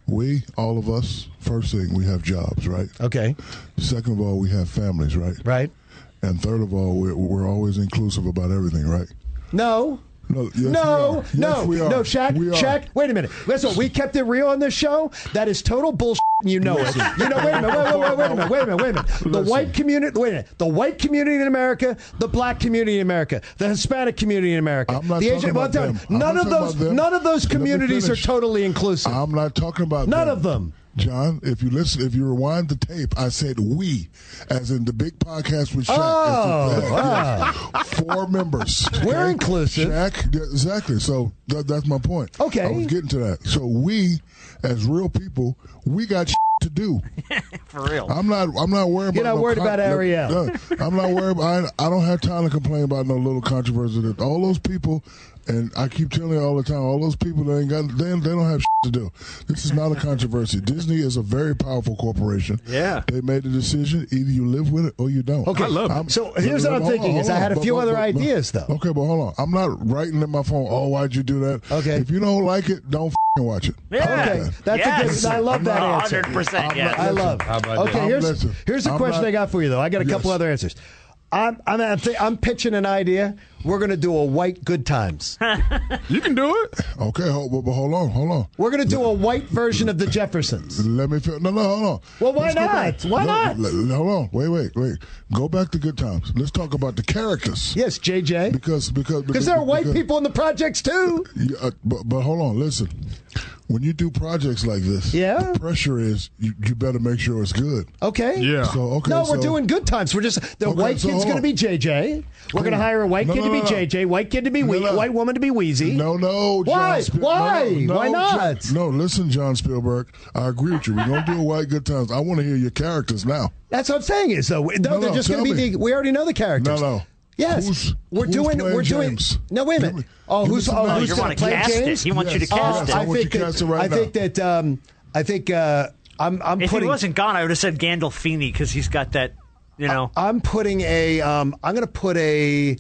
Speaker 5: We, all of us, first thing, we have jobs, right?
Speaker 4: Okay.
Speaker 5: Second of all, we have families, right?
Speaker 4: Right.
Speaker 5: And third of all, we're, we're always inclusive about everything, right?
Speaker 4: No.
Speaker 5: No, yes,
Speaker 4: no,
Speaker 5: we are.
Speaker 4: no,
Speaker 5: Yes, we are.
Speaker 4: no, Shaq,
Speaker 5: We are.
Speaker 4: Shaq. Wait a minute. Listen, we kept it real on this show. That is total bullshit. and You know it. You know. Wait a minute. Wait, wait, wait, wait a minute. Wait a minute. Wait a minute. The
Speaker 5: Listen.
Speaker 4: white community. Wait a minute. The white community in America. The black community in America. The Hispanic community in America.
Speaker 5: I'm not
Speaker 4: the
Speaker 5: talking
Speaker 4: Asian.
Speaker 5: about
Speaker 4: well, I'm
Speaker 5: them.
Speaker 4: telling you,
Speaker 5: I'm
Speaker 4: None
Speaker 5: not
Speaker 4: of
Speaker 5: talking
Speaker 4: those.
Speaker 5: about them.
Speaker 4: None of those
Speaker 5: Let me
Speaker 4: communities are
Speaker 5: finish.
Speaker 4: totally inclusive.
Speaker 5: I'm not talking about
Speaker 4: None of them.
Speaker 5: John, if you listen, if you rewind the tape, I said we, as in the big podcast with Shaq.
Speaker 4: Oh,
Speaker 5: It's the- four members.
Speaker 4: *laughs* We're inclusive.
Speaker 5: Shaq, yeah, exactly. So that, that's my point.
Speaker 4: Okay.
Speaker 5: I was getting to that. So we, as real people, we got to do.
Speaker 3: For real.
Speaker 4: Oh,
Speaker 5: I'm not. I'm not worried.
Speaker 4: You're
Speaker 5: about
Speaker 4: not
Speaker 5: no
Speaker 4: worried about Ariel.
Speaker 5: no, I'm not worried. About, I I don't have time to complain about no little controversy. That all those people, and I keep telling you all the time, all those people that ain't got they, they don't have to do. This is not a controversy. Disney is a very powerful corporation.
Speaker 3: Yeah.
Speaker 5: they made a decision. Either you live with it or you don't.
Speaker 4: Okay. I love it. So here's what I'm
Speaker 5: hold on,
Speaker 4: thinking is
Speaker 5: hold
Speaker 4: I had a
Speaker 5: on.
Speaker 4: few other ideas, though.
Speaker 5: Okay, but hold on. I'm not writing in my phone. Oh, why'd you do that?
Speaker 4: Okay.
Speaker 5: If you don't like it, don't f***ing watch it.
Speaker 3: Yeah.
Speaker 4: Okay, that's
Speaker 3: yes.
Speaker 4: a good. I love that answer.
Speaker 3: 100%. Yes.
Speaker 4: I love.
Speaker 10: How about
Speaker 4: okay,
Speaker 10: that?
Speaker 4: here's
Speaker 5: Listen,
Speaker 4: here's a
Speaker 5: I'm
Speaker 4: question
Speaker 5: not-
Speaker 4: I got for you though. I got a couple
Speaker 5: Yes.
Speaker 4: other answers. I'm I'm I'm, thi- I'm pitching an idea. We're gonna do a white good times.
Speaker 9: You can do it.
Speaker 5: Okay, hold, but, but hold on, hold on.
Speaker 4: We're gonna do a white version of the Jeffersons.
Speaker 5: Let me feel. No, no, hold on.
Speaker 4: Well, why
Speaker 5: go
Speaker 4: not?
Speaker 5: back.
Speaker 4: Why
Speaker 5: No,
Speaker 4: not?
Speaker 5: l- l- hold on. Wait, wait, wait. Go back to good times. Let's talk about the characters.
Speaker 4: Yes, JJ.
Speaker 5: Because because
Speaker 4: Because there are white
Speaker 5: because-
Speaker 4: people in the projects too.
Speaker 5: Yeah, uh, but but hold on. Listen, when you do projects like this,
Speaker 4: Yeah. Oh,
Speaker 5: the pressure is you, you better make sure it's good.
Speaker 4: Okay.
Speaker 9: Yeah.
Speaker 5: So okay.
Speaker 4: no, we're
Speaker 5: so-
Speaker 4: doing good times. We're just the
Speaker 5: Okay,
Speaker 4: white
Speaker 5: so
Speaker 4: kid's
Speaker 5: hold
Speaker 4: going to be
Speaker 5: on.
Speaker 4: JJ. We're going to
Speaker 5: Cool.
Speaker 4: hire a white
Speaker 5: No,
Speaker 4: kid
Speaker 5: no,
Speaker 4: to be
Speaker 5: no, no.
Speaker 4: JJ, white kid to be
Speaker 5: No,
Speaker 4: Wee,
Speaker 5: no.
Speaker 4: white woman to be Wheezy.
Speaker 5: No, no. John
Speaker 4: Why?
Speaker 5: Spiel-
Speaker 4: Why?
Speaker 5: No, no,
Speaker 4: Why not?
Speaker 5: John- no, listen, John Spielberg. I agree with you. We're gonna do a white good times. I want to hear your characters now.
Speaker 4: That's what I'm saying. Is though, no,
Speaker 5: No,
Speaker 4: they're
Speaker 5: no,
Speaker 4: just going to
Speaker 5: tell
Speaker 4: be
Speaker 5: me.
Speaker 4: the. We already know the characters.
Speaker 5: No, no.
Speaker 4: Yes,
Speaker 5: Who's-
Speaker 4: we're
Speaker 5: who's
Speaker 4: doing.
Speaker 5: playing
Speaker 4: We're doing.
Speaker 5: James?
Speaker 4: No, wait a
Speaker 5: Give
Speaker 4: minute.
Speaker 5: me-
Speaker 4: Oh,
Speaker 5: give me
Speaker 4: who's?
Speaker 5: some
Speaker 4: Oh,
Speaker 5: names.
Speaker 4: who's
Speaker 5: You
Speaker 4: going
Speaker 5: wanna
Speaker 4: to play
Speaker 3: cast it.
Speaker 4: James?
Speaker 3: He wants you to
Speaker 4: Oh,
Speaker 3: cast it.
Speaker 5: Uh, I
Speaker 4: I
Speaker 5: want you
Speaker 4: think.
Speaker 5: to cast
Speaker 4: That,
Speaker 5: it right
Speaker 4: I think
Speaker 5: now.
Speaker 4: that. Um, I think. Uh, I'm. I'm
Speaker 3: If he
Speaker 4: putting.
Speaker 3: wasn't gone, I would have said Gandolfini because he's got that, you know.
Speaker 4: I'm putting a. Um, I'm going to put a.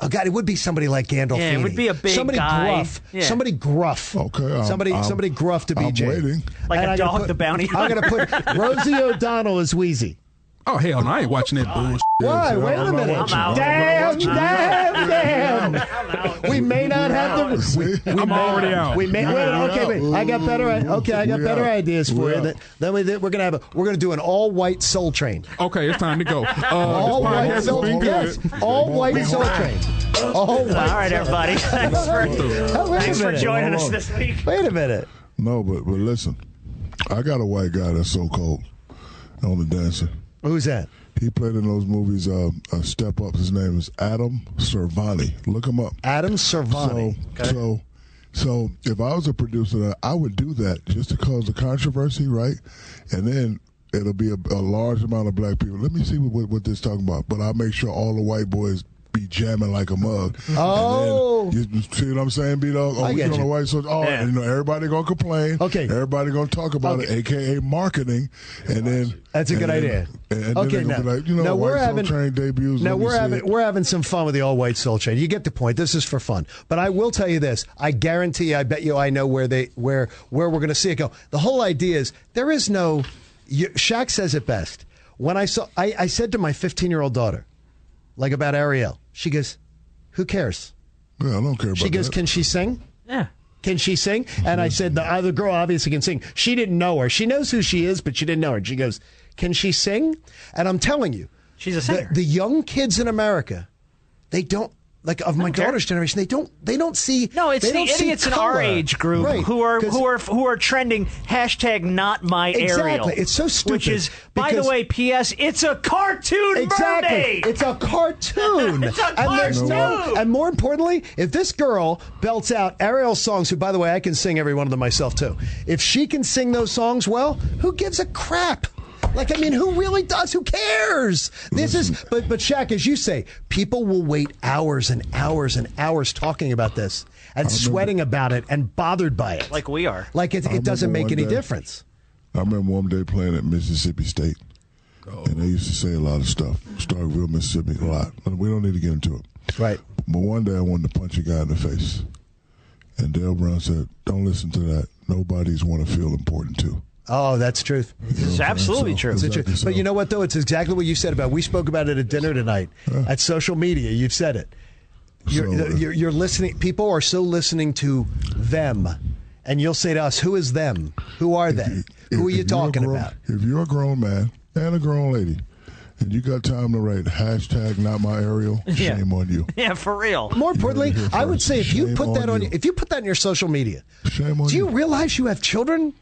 Speaker 4: Oh God! It would be somebody like Gandolfini.
Speaker 3: Yeah, it would be a big
Speaker 4: somebody
Speaker 3: guy.
Speaker 4: gruff.
Speaker 3: Yeah.
Speaker 4: Somebody gruff.
Speaker 5: Okay, I'm-
Speaker 4: somebody.
Speaker 5: I'm-
Speaker 4: somebody gruff to be
Speaker 5: I'm
Speaker 4: Jay.
Speaker 5: waiting.
Speaker 3: Like a
Speaker 4: And I'm gonna
Speaker 3: dog,
Speaker 4: put-
Speaker 3: the bounty
Speaker 4: I'm going to put Rosie O'Donnell as Wheezy.
Speaker 9: Oh hell, no, I ain't watching that bullshit.
Speaker 4: Why?
Speaker 5: Yeah,
Speaker 4: Wait
Speaker 5: I'm
Speaker 4: a
Speaker 5: not
Speaker 4: minute.
Speaker 5: watching. I'm not
Speaker 4: Damn,
Speaker 5: watching.
Speaker 4: damn, damn.
Speaker 5: *laughs*
Speaker 3: out.
Speaker 4: We may not have the.
Speaker 5: See?
Speaker 4: We
Speaker 9: I'm
Speaker 4: may-
Speaker 9: already out.
Speaker 4: We may.
Speaker 5: We're
Speaker 4: wait,
Speaker 5: out.
Speaker 4: okay, wait. I got better. i- Okay, I got
Speaker 5: We're
Speaker 4: better
Speaker 5: out.
Speaker 4: ideas for
Speaker 5: We're
Speaker 4: you.
Speaker 5: out.
Speaker 4: Then, then we, then we're gonna have a, we're gonna do an all white Soul Train.
Speaker 9: Okay, it's time to go. Uh,
Speaker 4: *laughs* all
Speaker 9: this podcast
Speaker 4: white
Speaker 9: has
Speaker 4: Soul.
Speaker 9: been good.
Speaker 4: Yes, all white Soul Train. All
Speaker 3: *laughs*
Speaker 4: white.
Speaker 3: All right, everybody. *laughs* Thanks for,
Speaker 4: Oh, wait a
Speaker 3: thanks for
Speaker 4: minute.
Speaker 3: joining us this week.
Speaker 4: Wait a minute.
Speaker 5: No, but but listen, I got a white guy that's so cold on the dancer.
Speaker 4: Who's that?
Speaker 5: He played in those movies. Uh, uh, Step Up. His name is Adam Cervante. Look him up.
Speaker 4: Adam Servani.
Speaker 5: So, so, so if I was a producer, uh, I would do that just to cause a controversy, right? And then it'll be a, a large amount of black people. Let me see what, what, what this talking about. But I'll make sure all the white boys be jamming like a mug.
Speaker 4: Oh.
Speaker 5: And then, you see what I'm saying, B Dog?
Speaker 4: I
Speaker 5: Oh, we
Speaker 4: get
Speaker 5: on the
Speaker 4: you.
Speaker 5: white soldier. Oh,
Speaker 3: Yeah.
Speaker 5: you know, everybody gonna complain.
Speaker 4: Okay.
Speaker 5: Everybody gonna talk about it, aka marketing. And then
Speaker 4: That's a
Speaker 5: and
Speaker 4: good
Speaker 5: then-
Speaker 4: idea.
Speaker 5: And, and
Speaker 4: okay,
Speaker 5: then they're
Speaker 4: now,
Speaker 5: gonna be like, you know,
Speaker 4: now
Speaker 5: white
Speaker 4: we're
Speaker 5: Soul
Speaker 4: having
Speaker 5: train debuts.
Speaker 4: Now
Speaker 5: Let me
Speaker 4: we're
Speaker 5: see
Speaker 4: having
Speaker 5: it.
Speaker 4: we're having some fun with the all white soul train. You get the point. This is for fun. But I will tell you this: I guarantee, I bet you, I know where they where where we're going to see it go. The whole idea is there is no. You, Shaq says it best. When I saw, I, I said to my 15 year old daughter, like about Ariel, she goes, "Who cares?"
Speaker 5: Yeah, I don't care about
Speaker 4: She goes,
Speaker 5: that.
Speaker 4: "Can she sing?"
Speaker 3: Yeah.
Speaker 4: Can she sing? And I said, the other girl obviously can sing. She didn't know her. She knows who she is, but she didn't know her. And she goes, Can she sing? And I'm telling you,
Speaker 3: She's a
Speaker 4: the,
Speaker 3: singer.
Speaker 4: the young kids in America, they don't like of my
Speaker 3: care.
Speaker 4: daughter's generation. They don't. They don't see.
Speaker 3: No, it's
Speaker 4: they
Speaker 3: the
Speaker 4: don't see
Speaker 3: idiots in our
Speaker 4: color.
Speaker 3: age group
Speaker 4: Right,
Speaker 3: who are
Speaker 4: 'cause-
Speaker 3: who are who are trending hashtag not my Ariel.
Speaker 4: Exactly. It's so
Speaker 3: Which
Speaker 4: stupid
Speaker 3: is, by the
Speaker 4: because-
Speaker 3: way, P.S. It's a cartoon
Speaker 4: Exactly.
Speaker 3: mermaid.
Speaker 4: It's a
Speaker 3: *laughs*
Speaker 4: cartoon.
Speaker 3: It's a
Speaker 4: And there's no
Speaker 3: cartoon.
Speaker 4: and more importantly, if this girl belts out Ariel's songs, who by the way I can sing every one of them myself too. If she can sing those songs well, who gives a crap? Like I mean, who really does? Who cares?
Speaker 3: *laughs*
Speaker 4: This is but but Shaq, as you say, people will wait hours and hours and hours talking about this and sweating about it and bothered by it.
Speaker 3: like we are.
Speaker 4: Like it, it doesn't
Speaker 5: remember
Speaker 4: make
Speaker 5: one
Speaker 4: any
Speaker 5: day-
Speaker 4: difference.
Speaker 5: I remember one day playing at Mississippi State,
Speaker 4: Oh.
Speaker 5: And they used to say a lot of stuff. Starkville, Mississippi, a lot. But we don't need to get into it.
Speaker 4: Right.
Speaker 5: But one day I wanted to punch a guy in the face. And Dale Brown said, Don't listen to that. Nobody's want to feel important to.
Speaker 4: Oh, that's truth.
Speaker 3: It's absolutely true.
Speaker 4: It's the truth. But you know what though? It's exactly what you said about. We spoke about it at dinner tonight at social media. You've said it. You're,
Speaker 5: So, uh,
Speaker 4: you're, you're listening. People are so listening to them, and you'll say to us, "Who is them? Who are they? Who are you
Speaker 5: you're a
Speaker 4: talking
Speaker 5: grown-
Speaker 4: about?"
Speaker 5: If you're a grown man and a grown lady, and you got time to write hashtag not
Speaker 4: *laughs*
Speaker 5: my aerial,
Speaker 3: Yeah.
Speaker 5: shame on you.
Speaker 3: *laughs* Yeah, for real.
Speaker 4: More importantly,
Speaker 5: heard it here
Speaker 4: I would
Speaker 5: first.
Speaker 4: say if you
Speaker 5: Shame
Speaker 4: put that on,
Speaker 5: on you.
Speaker 4: if you put that on your social media,
Speaker 5: Shame on
Speaker 4: do you
Speaker 5: you.
Speaker 4: realize you have children?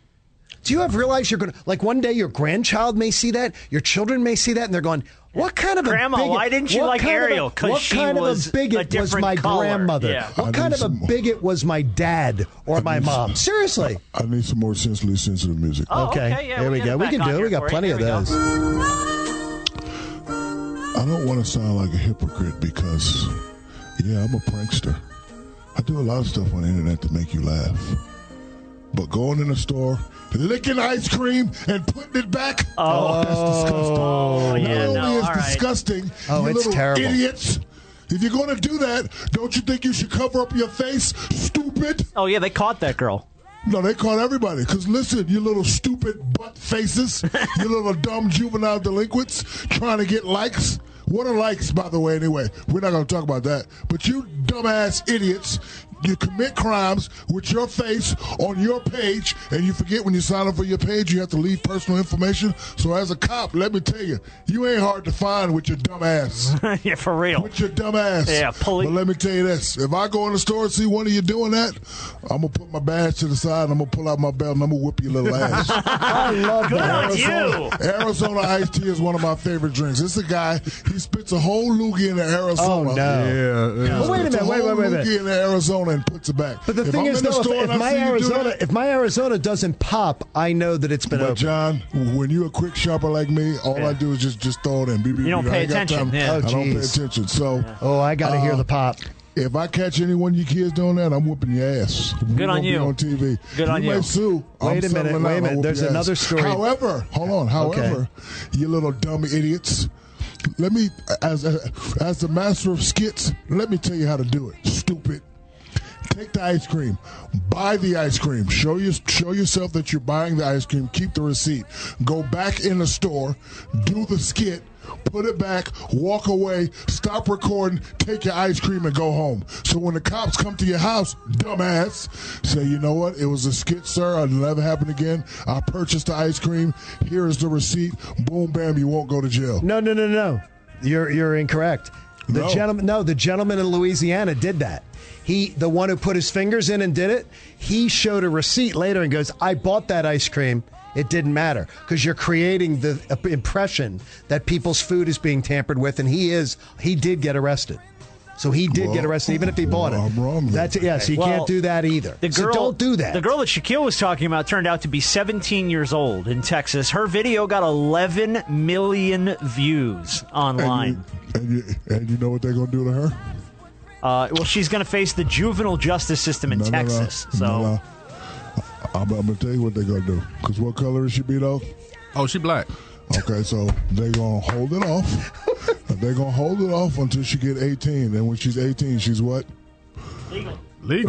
Speaker 4: Do you have realize you're going to like one day your grandchild may see that, your children may see that, and they're going, "What kind of
Speaker 3: Grandma,
Speaker 4: a bigot,
Speaker 3: why didn't you
Speaker 4: what
Speaker 3: like
Speaker 4: kind of a-
Speaker 3: Ariel? 'Cause
Speaker 4: What
Speaker 3: she
Speaker 4: kind
Speaker 3: was
Speaker 4: of
Speaker 3: a
Speaker 4: a bigot was
Speaker 3: different
Speaker 4: my
Speaker 3: color."
Speaker 4: grandmother?
Speaker 3: Yeah.
Speaker 5: I
Speaker 4: What kind of
Speaker 5: need
Speaker 4: a
Speaker 5: some more.
Speaker 4: bigot was my dad or my
Speaker 5: need
Speaker 4: mom?
Speaker 5: some-
Speaker 4: Seriously.
Speaker 5: I need some more sensually sensitive music.
Speaker 3: Oh, okay, yeah,
Speaker 4: there
Speaker 3: we
Speaker 4: we
Speaker 3: got
Speaker 4: go.
Speaker 3: it
Speaker 4: We
Speaker 3: back
Speaker 4: can
Speaker 3: on
Speaker 4: do it.
Speaker 3: here for
Speaker 4: We got
Speaker 3: you.
Speaker 4: plenty of
Speaker 3: There we
Speaker 4: those.
Speaker 3: go.
Speaker 5: I don't want to sound like a hypocrite because, yeah, I'm a prankster. I do a lot of stuff on the internet to make you laugh. But going in the store, licking ice cream and putting it back, oh, that's disgusting. Not
Speaker 3: yeah,
Speaker 5: only
Speaker 3: no,
Speaker 5: is
Speaker 3: all right.
Speaker 5: disgusting,
Speaker 4: Oh,
Speaker 5: you
Speaker 4: it's
Speaker 5: little
Speaker 4: terrible.
Speaker 5: idiots. If you're going to do that, don't you think you should cover up your face, stupid?
Speaker 3: Oh yeah, they caught that girl. *laughs*
Speaker 5: No, they caught everybody. Because listen, you little stupid butt faces, you little dumb juvenile delinquents trying to get likes. What are likes, by the way, anyway? We're not going to talk about that. But you dumbass idiots, you commit crimes with your face on your page, and you forget when you sign up for your page, you have to leave personal information. So, as a cop, let me tell you, you ain't hard to find with your dumb ass.
Speaker 3: yeah, for real.
Speaker 5: With your dumb ass.
Speaker 3: Yeah, police-
Speaker 5: But let me tell you this: if I go in the store and see one of you doing that, I'm gonna put my badge to the side. I'm gonna pull out my belt and I'm gonna whip your little
Speaker 4: *laughs*
Speaker 5: ass.
Speaker 4: I love
Speaker 3: Good
Speaker 4: that.
Speaker 3: on you.
Speaker 5: Arizona, Arizona iced tea is one of my favorite drinks. It's a guy. He spits a whole loogie in the Arizona.
Speaker 4: Oh, no.
Speaker 9: Yeah.
Speaker 4: But wait a
Speaker 5: Spits
Speaker 4: minute, wait, wait,
Speaker 5: whole
Speaker 4: wait a minute.
Speaker 5: loogie in the Arizona and puts it back.
Speaker 4: But the
Speaker 5: If
Speaker 4: thing
Speaker 5: I'm
Speaker 4: is,
Speaker 5: in the
Speaker 4: though, if,
Speaker 5: store and
Speaker 4: if
Speaker 5: I
Speaker 4: my
Speaker 5: see you do
Speaker 4: Arizona,
Speaker 5: that-
Speaker 4: if my Arizona doesn't pop, I know that it's been
Speaker 5: But
Speaker 4: over.
Speaker 5: John, when you're a quick shopper like me, all I do is just just throw it in. Beep, beep,
Speaker 3: You don't
Speaker 5: beep. I
Speaker 3: pay
Speaker 5: ain't got
Speaker 3: attention,
Speaker 5: time.
Speaker 3: yeah. Oh,
Speaker 5: I don't pay
Speaker 4: geez.
Speaker 5: attention. So
Speaker 4: Oh, I got to hear
Speaker 5: uh,
Speaker 4: the pop.
Speaker 5: If I catch any one of you kids doing that, I'm whooping your ass. We
Speaker 3: Good on
Speaker 5: won't be
Speaker 3: you.
Speaker 5: on TV.
Speaker 3: Good on you.
Speaker 5: May sue.
Speaker 4: Wait
Speaker 5: I'm
Speaker 4: a minute,
Speaker 5: settling
Speaker 4: wait a
Speaker 5: out. I'll
Speaker 4: minute.
Speaker 5: whoop
Speaker 4: There's
Speaker 5: your ass.
Speaker 4: another story.
Speaker 5: However, hold on. However, you little dumb idiots. Let me, as as the master of skits, let me tell you how to do it. Stupid. Take the ice cream. Buy the ice cream. Show you show yourself that you're buying the ice cream. Keep the receipt. Go back in the store. Do the skit. Put it back. Walk away. Stop recording. Take your ice cream and go home. So when the cops come to your house, dumbass, say you know what? It was a skit, sir. It'll never happen again. I purchased the ice cream. Here is the receipt. Boom, bam. You won't go to jail.
Speaker 4: No, no, no, no. You're you're incorrect. The
Speaker 5: No.
Speaker 4: gentleman, no, the gentleman in Louisiana did that. He, the one who put his fingers in and did it, he showed a receipt later and goes, "I bought that ice cream. It didn't matter because you're creating the uh, impression that people's food is being tampered with, and he is. He did get arrested." So he did get
Speaker 5: Well,
Speaker 4: arrested, even if he bought
Speaker 5: well,
Speaker 4: it.
Speaker 5: I'm wrong then.
Speaker 4: That's yes, you
Speaker 3: Well,
Speaker 4: can't do that either.
Speaker 3: The girl,
Speaker 4: so don't do that.
Speaker 3: The girl that Shaquille was talking about turned out to be 17 years old in Texas. Her video got 11 million views online.
Speaker 5: And you, and you, and you know what they're gonna do to her?
Speaker 3: Uh, well, she's going to face the juvenile justice system in
Speaker 5: No, no, no.
Speaker 3: Texas.
Speaker 5: No,
Speaker 3: so
Speaker 5: no. I- I'm, I'm gonna tell you what they're gonna do. Cause what color is she beat off?
Speaker 9: Oh, she black.
Speaker 5: Okay, so they're gonna hold it off.
Speaker 9: *laughs*
Speaker 5: they're gonna hold it off until she get 18. And when she's 18, she's what?
Speaker 9: Legal.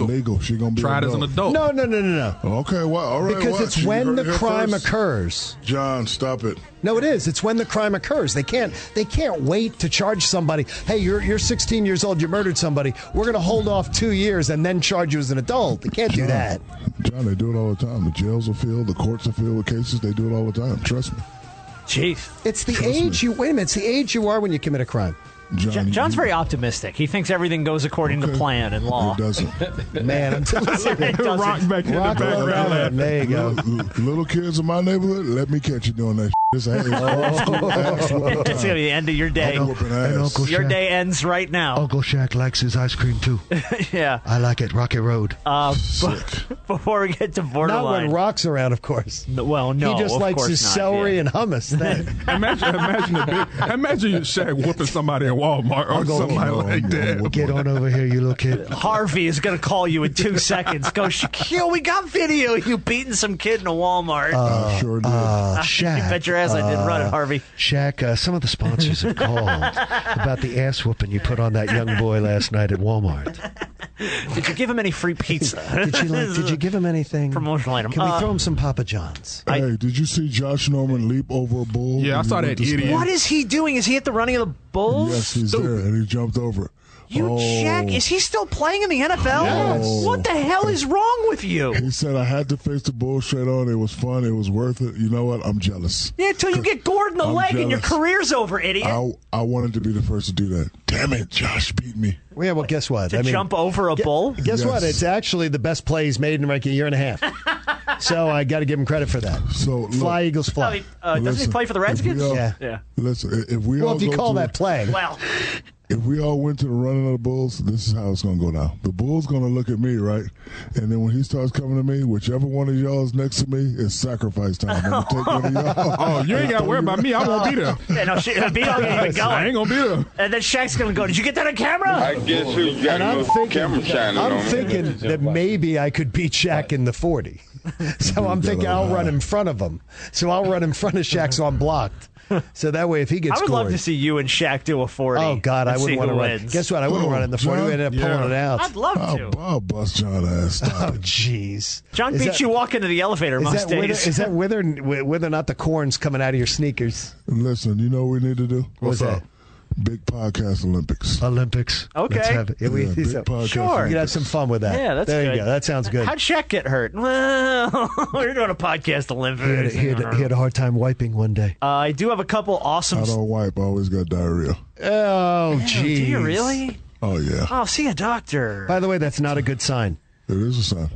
Speaker 5: Legal. She gonna be
Speaker 9: Tried as an adult.
Speaker 4: no, no, no, no, no.
Speaker 5: Okay, well, all right.
Speaker 4: Because
Speaker 5: what?
Speaker 4: it's
Speaker 5: You
Speaker 4: when
Speaker 5: heard
Speaker 4: the
Speaker 5: it here
Speaker 4: crime
Speaker 5: first.
Speaker 4: occurs.
Speaker 5: John, stop it.
Speaker 4: No, it is. It's when the crime occurs. They can't. They can't wait to charge somebody. Hey, you're you're 16 years old. You murdered somebody. We're going to hold off two years and then charge you as an adult. They can't do that.
Speaker 5: John, they do it all the time. The jails are filled. The courts are filled with cases. They do it all the time. Trust me,
Speaker 3: Jeez.
Speaker 4: It's the
Speaker 5: Trust
Speaker 4: age you. Wait a minute. It's the age you are when you commit a crime.
Speaker 5: John.
Speaker 3: Jo-
Speaker 5: you-
Speaker 3: John's very optimistic. He thinks everything goes according to
Speaker 5: Okay.
Speaker 3: plan and law. *laughs*
Speaker 4: *laughs*
Speaker 5: It doesn't.
Speaker 4: Man, I'm telling you.
Speaker 3: It doesn't.
Speaker 9: Rock back in the
Speaker 4: Rock
Speaker 9: background.
Speaker 4: around. There you go.
Speaker 5: Little, little kids in my neighborhood, let me catch you doing that.
Speaker 4: *laughs*
Speaker 5: This ain't
Speaker 4: Oh.
Speaker 3: That's going to be the end of your day.
Speaker 5: whooping ass.
Speaker 8: Uncle
Speaker 3: Your
Speaker 8: Shaq.
Speaker 3: day ends right now.
Speaker 8: Uncle Shaq likes his ice cream too.
Speaker 3: *laughs* Yeah. Uh,
Speaker 8: I like it. Rocky Road.
Speaker 3: *laughs* Before we get to
Speaker 4: Not when
Speaker 3: borderline.
Speaker 4: rocks around, of course.
Speaker 3: well, no.
Speaker 4: he just
Speaker 3: of
Speaker 4: likes
Speaker 3: course
Speaker 4: his
Speaker 3: not.
Speaker 4: celery
Speaker 3: Yeah.
Speaker 4: and hummus. Then.
Speaker 3: *laughs*
Speaker 9: Imagine, imagine a big, imagine you Shaq whooping somebody in Walmart or
Speaker 5: go-
Speaker 9: somebody
Speaker 5: I'm
Speaker 9: like
Speaker 5: gonna
Speaker 9: that.
Speaker 5: whoop
Speaker 8: Get on over here, you little kid.
Speaker 3: Harvey is going to call you in two seconds. Go, Shaquille, we got video. of You beating some kid in a Walmart.
Speaker 5: I sure did.
Speaker 8: Uh,
Speaker 3: *laughs* you
Speaker 8: Shaq.
Speaker 3: bet your Yes, I did. Run it, Harvey.
Speaker 4: Shaq, uh, some of the sponsors
Speaker 3: *laughs*
Speaker 4: have called about the ass whooping you put on that young boy last night at Walmart.
Speaker 3: Did you give him any free pizza?
Speaker 4: Did you like, did
Speaker 3: *laughs*
Speaker 4: you give him anything?
Speaker 3: Promotional item.
Speaker 4: Can we
Speaker 3: Uh,
Speaker 4: throw him some Papa John's?
Speaker 3: I-
Speaker 5: hey, did you see Josh Norman leap over a bull?
Speaker 9: Yeah, I
Speaker 5: when
Speaker 9: saw
Speaker 5: he
Speaker 9: that
Speaker 5: went to
Speaker 9: idiot.
Speaker 5: smash?
Speaker 3: what is he doing? Is he at the running of the Bulls?
Speaker 5: Yes, he's there, and he jumped over. it.
Speaker 3: You
Speaker 5: oh.
Speaker 3: Jack, is he still playing in the NFL?
Speaker 5: Yes.
Speaker 3: What the hell is wrong with you?
Speaker 4: *laughs*
Speaker 5: He said, I had to face the bull straight on. It was fun. It was worth it. You know what? I'm jealous.
Speaker 3: Yeah, until you get gored in the
Speaker 5: I'm
Speaker 3: leg and your
Speaker 5: jealous.
Speaker 3: career's over, idiot.
Speaker 4: Uh,
Speaker 5: I, I wanted to be the first to do that. Damn it, Josh beat me.
Speaker 4: Yeah, well, guess what?
Speaker 3: to jump over a bull?
Speaker 4: Guess what?
Speaker 5: Yes.
Speaker 4: It's actually the best play he's made in like a year and a
Speaker 3: *laughs*
Speaker 4: half. so I got to give him credit for that.
Speaker 5: So, look,
Speaker 4: fly Eagles
Speaker 3: Oh,
Speaker 4: fly.
Speaker 3: he- uh, doesn't he
Speaker 5: Listen,
Speaker 3: play for the
Speaker 5: if
Speaker 3: Redskins?
Speaker 5: we all-
Speaker 4: Yeah.
Speaker 3: Yeah.
Speaker 5: Listen, i- if we
Speaker 4: Well,
Speaker 5: all
Speaker 4: if you
Speaker 5: go
Speaker 4: call
Speaker 5: to-
Speaker 4: that play,
Speaker 3: Well,
Speaker 5: if we all went to the running of the Bulls, this is how it's gonna go down. The Bulls gonna look at me, right? And then when he starts coming to me, whichever one of y'all is next to me, it's sacrifice time. I'm gonna take
Speaker 9: *laughs*
Speaker 5: one of y'all.
Speaker 9: Oh, you ain't got to worry about me. I won't be there.
Speaker 3: and I'll shit, be all uh, even
Speaker 9: I ain't
Speaker 3: going.
Speaker 9: gonna be there.
Speaker 3: And then Shaq's going to go, Did you get that on camera?
Speaker 10: I guess who's got
Speaker 4: and I'm
Speaker 10: no
Speaker 4: thinking,
Speaker 10: camera shining
Speaker 4: I'm
Speaker 10: on me?
Speaker 4: thinking that maybe I could beat Shaq in the 40. So I'm thinking I'll run in front of him. So I'll run in front of Shaq so I'm blocked. So that way, if he gets
Speaker 3: I would love
Speaker 4: gored-
Speaker 3: to see you and Shaq do a 40.
Speaker 4: Oh God, I
Speaker 3: Let's
Speaker 4: wouldn't
Speaker 3: see
Speaker 4: want to
Speaker 3: who
Speaker 4: run.
Speaker 3: wins.
Speaker 4: Guess what? Oh, I wouldn't
Speaker 5: Oh,
Speaker 4: run in the 40. We
Speaker 5: John?
Speaker 4: ended up pulling it out.
Speaker 3: I'd love
Speaker 5: I'll,
Speaker 3: to.
Speaker 5: I'll bust John ass.
Speaker 4: Oh *laughs*
Speaker 5: Stop it.
Speaker 4: jeez.
Speaker 3: John
Speaker 4: Is
Speaker 3: beats
Speaker 4: that-
Speaker 3: you walking to the elevator
Speaker 4: Is
Speaker 3: most
Speaker 4: that, whether,
Speaker 3: days.
Speaker 4: is that whether whether or not the corn's coming out of your sneakers?
Speaker 5: Listen, you know what we need to do?
Speaker 4: What's that?
Speaker 5: Big podcast Olympics.
Speaker 4: Olympics.
Speaker 3: Okay.
Speaker 4: Let's have it. Yeah, we-
Speaker 5: Yeah, big
Speaker 4: so-
Speaker 5: podcast
Speaker 4: sure. You
Speaker 5: Olympics.
Speaker 4: can have some fun with that.
Speaker 3: yeah, that's
Speaker 4: there
Speaker 3: good.
Speaker 4: you go. That sounds good.
Speaker 3: How'd Shaq get hurt? *laughs* Well, we're doing a podcast
Speaker 4: He had,
Speaker 3: Olympics.
Speaker 4: he, had, he had a hard time wiping one day.
Speaker 3: Uh, I do have a couple awesome.
Speaker 5: I don't wipe. I always got diarrhea.
Speaker 4: Oh,
Speaker 3: Oh,
Speaker 4: geez.
Speaker 3: do you really?
Speaker 5: Oh yeah,
Speaker 3: Oh, see a doctor.
Speaker 4: By the way, that's not a good sign.
Speaker 5: it is a sign.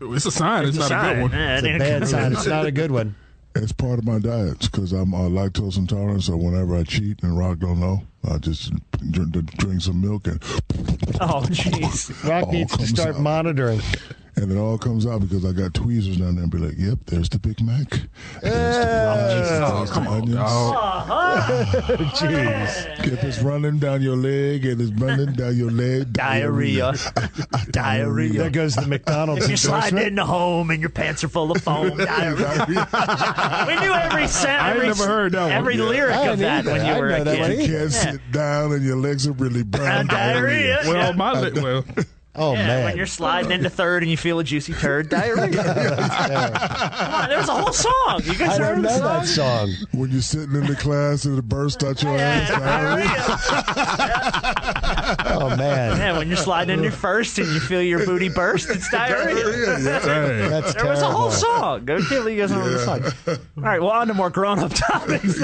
Speaker 9: It's a sign. It's, not a good one.
Speaker 3: Yeah,
Speaker 4: It's
Speaker 3: it
Speaker 4: a
Speaker 3: ain't
Speaker 4: bad
Speaker 3: good-
Speaker 4: sign. It's not a good one.
Speaker 5: *laughs* It's part of my diet because I'm uh, lactose intolerant. So whenever I cheat and Rock don't know, I just drink, drink some milk
Speaker 4: *laughs*
Speaker 5: and
Speaker 3: Oh, jeez.
Speaker 4: Rock
Speaker 5: All
Speaker 4: needs to
Speaker 5: comes
Speaker 4: start
Speaker 5: out.
Speaker 4: monitoring. *laughs*
Speaker 5: and it all comes out because I got tweezers down there and be like, "Yep, there's the Big Mac." There's the fries, there's
Speaker 9: Come
Speaker 5: the
Speaker 9: on,
Speaker 5: onions.
Speaker 9: dog.
Speaker 4: Jeez.
Speaker 5: If it's running down your leg and it's running down your leg,
Speaker 3: Diarrhea.
Speaker 4: There
Speaker 3: Diarrhea.
Speaker 4: goes the McDonald's
Speaker 3: You're sliding
Speaker 4: endorsement.
Speaker 3: into home and your pants are full of
Speaker 4: *laughs*
Speaker 3: foam. Diarrhea.
Speaker 5: diarrhea.
Speaker 3: *laughs* We knew every sound.
Speaker 9: I ain't
Speaker 3: every,
Speaker 9: never heard that one.
Speaker 3: Every
Speaker 9: Yeah.
Speaker 3: lyric
Speaker 4: I
Speaker 3: of
Speaker 4: didn't
Speaker 3: that
Speaker 4: either.
Speaker 3: when you
Speaker 4: I
Speaker 3: were
Speaker 4: know
Speaker 3: a
Speaker 4: that
Speaker 3: kid. Uh,
Speaker 4: one
Speaker 5: you can't sit down and your legs are really brown.
Speaker 3: Diarrhea.
Speaker 9: Well, my li- well,
Speaker 4: Oh,
Speaker 3: Yeah,
Speaker 4: man.
Speaker 3: when you're sliding into third and you feel a juicy
Speaker 5: *laughs*
Speaker 3: turd, diarrhea. Come on, there was a whole song. You guys
Speaker 4: I
Speaker 3: heard
Speaker 4: don't
Speaker 3: the
Speaker 4: know
Speaker 3: song?
Speaker 4: that song.
Speaker 5: When you're sitting in the class and it bursts out your ass.
Speaker 3: Yeah,
Speaker 5: diarrhea.
Speaker 3: diarrhea.
Speaker 4: Oh, man.
Speaker 3: Yeah, when you're sliding
Speaker 5: *laughs*
Speaker 3: into your first and you feel your booty burst, it's diarrhea.
Speaker 5: Diarrhea, yeah.
Speaker 9: hey.
Speaker 4: *laughs*
Speaker 3: *laughs*
Speaker 4: That's
Speaker 3: There was a
Speaker 4: terrible.
Speaker 3: whole song. I can't believe you guys don't remember the song. All right, well, on to more grown up topics.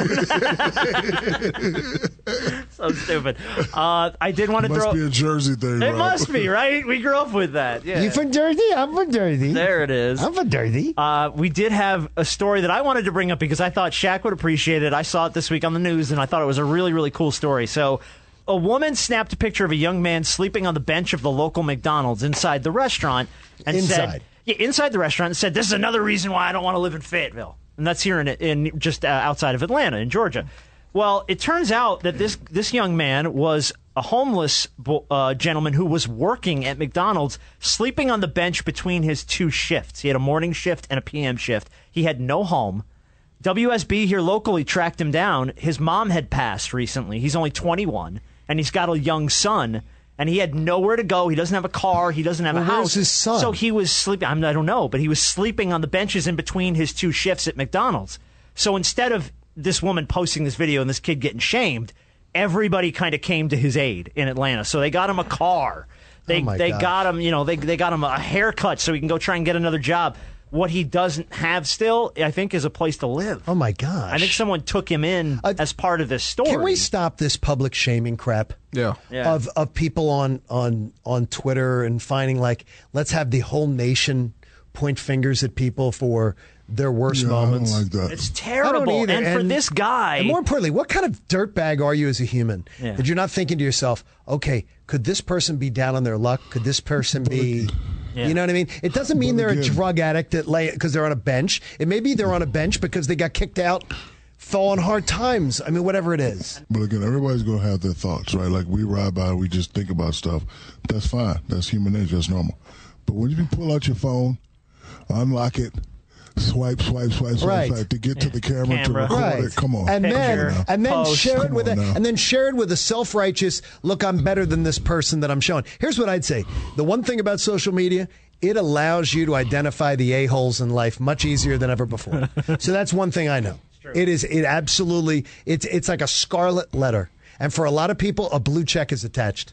Speaker 3: *laughs* so stupid. Uh, I did want to
Speaker 5: Must
Speaker 3: throw.
Speaker 5: be a Jersey thing.
Speaker 3: it
Speaker 5: Rob.
Speaker 3: must be, right? We grew up with that. Yeah.
Speaker 4: You from Jersey? I'm from Jersey.
Speaker 3: there it is.
Speaker 4: I'm from Jersey.
Speaker 3: Uh, we did have a story that I wanted to bring up because I thought Shaq would appreciate it. I saw it this week on the news, and I thought it was a really, really cool story. So, a woman snapped a picture of a young man sleeping on the bench of the local McDonald's inside the restaurant and
Speaker 4: Inside.
Speaker 3: said, yeah, inside the restaurant and said, "This is another reason why I don't want to live in Fayetteville." And that's here in, in just uh, outside of Atlanta, in Georgia. Well, it turns out that this this young man was a homeless bo- uh, gentleman who was working at McDonald's, sleeping on the bench between his two shifts. He had a morning shift and a PM shift. He had no home. WSB here locally tracked him down. His mom had passed recently. He's only 21, and he's got a young son. And he had nowhere to go. He doesn't have a car. He doesn't have a
Speaker 4: Well, where's
Speaker 3: house.
Speaker 4: his son?
Speaker 3: So he was sleeping. I, mean, I don't know, but he was sleeping on the benches in between his two shifts at McDonald's. So instead of this woman posting this video and this kid getting shamed, everybody kind of came to his aid in Atlanta. So they got him a car. They
Speaker 4: Oh my
Speaker 3: they
Speaker 4: gosh.
Speaker 3: got him. You know, they they got him a haircut so he can go try and get another job. What he doesn't have still, I think, is a place to live.
Speaker 4: Oh, my gosh.
Speaker 3: I think someone took him in
Speaker 4: Uh,
Speaker 3: as part of this story.
Speaker 4: Can we stop this public shaming crap?
Speaker 9: Yeah.
Speaker 3: Yeah.
Speaker 4: Of of people on on on Twitter and finding like let's have the whole nation point fingers at people for their worst
Speaker 5: Yeah,
Speaker 4: moments.
Speaker 5: I don't like that.
Speaker 3: It's
Speaker 4: I don't
Speaker 3: terrible.
Speaker 4: either.
Speaker 3: And, for this guy,
Speaker 4: and more importantly, what kind of dirtbag are you as a human
Speaker 3: Yeah.
Speaker 4: that you're not thinking to yourself, okay, could this person be down on their luck? Could this person be,
Speaker 3: Yeah.
Speaker 4: you know what I mean? It doesn't mean
Speaker 5: But
Speaker 4: they're a
Speaker 5: again-
Speaker 4: drug addict that lay because they're on a bench. It may be they're on a bench because they got kicked out, fell on hard times. I mean, whatever it is.
Speaker 5: But again, everybody's gonna have their thoughts, right? Like we ride by, we just think about stuff. That's fine. That's human nature. That's normal. But when you pull out your phone, unlock it, swipe, swipe, swipe, swipe,
Speaker 4: Right.
Speaker 5: swipe to get to the camera, to
Speaker 3: Camera.
Speaker 5: record it. Come on.
Speaker 4: and
Speaker 5: Come
Speaker 4: then
Speaker 5: on now.
Speaker 4: and then
Speaker 3: Post.
Speaker 4: share it
Speaker 5: Come
Speaker 4: with a
Speaker 5: on now.
Speaker 4: and then share it with a self righteous look. I'm better than this person that I'm showing. Here's what I'd say: the one thing about social media. It allows you to identify the a holes in life much easier than ever
Speaker 3: *laughs*
Speaker 4: before. so that's one thing I know. It is. It absolutely. It's. It's like a scarlet letter, and for a lot of people, a blue check is attached.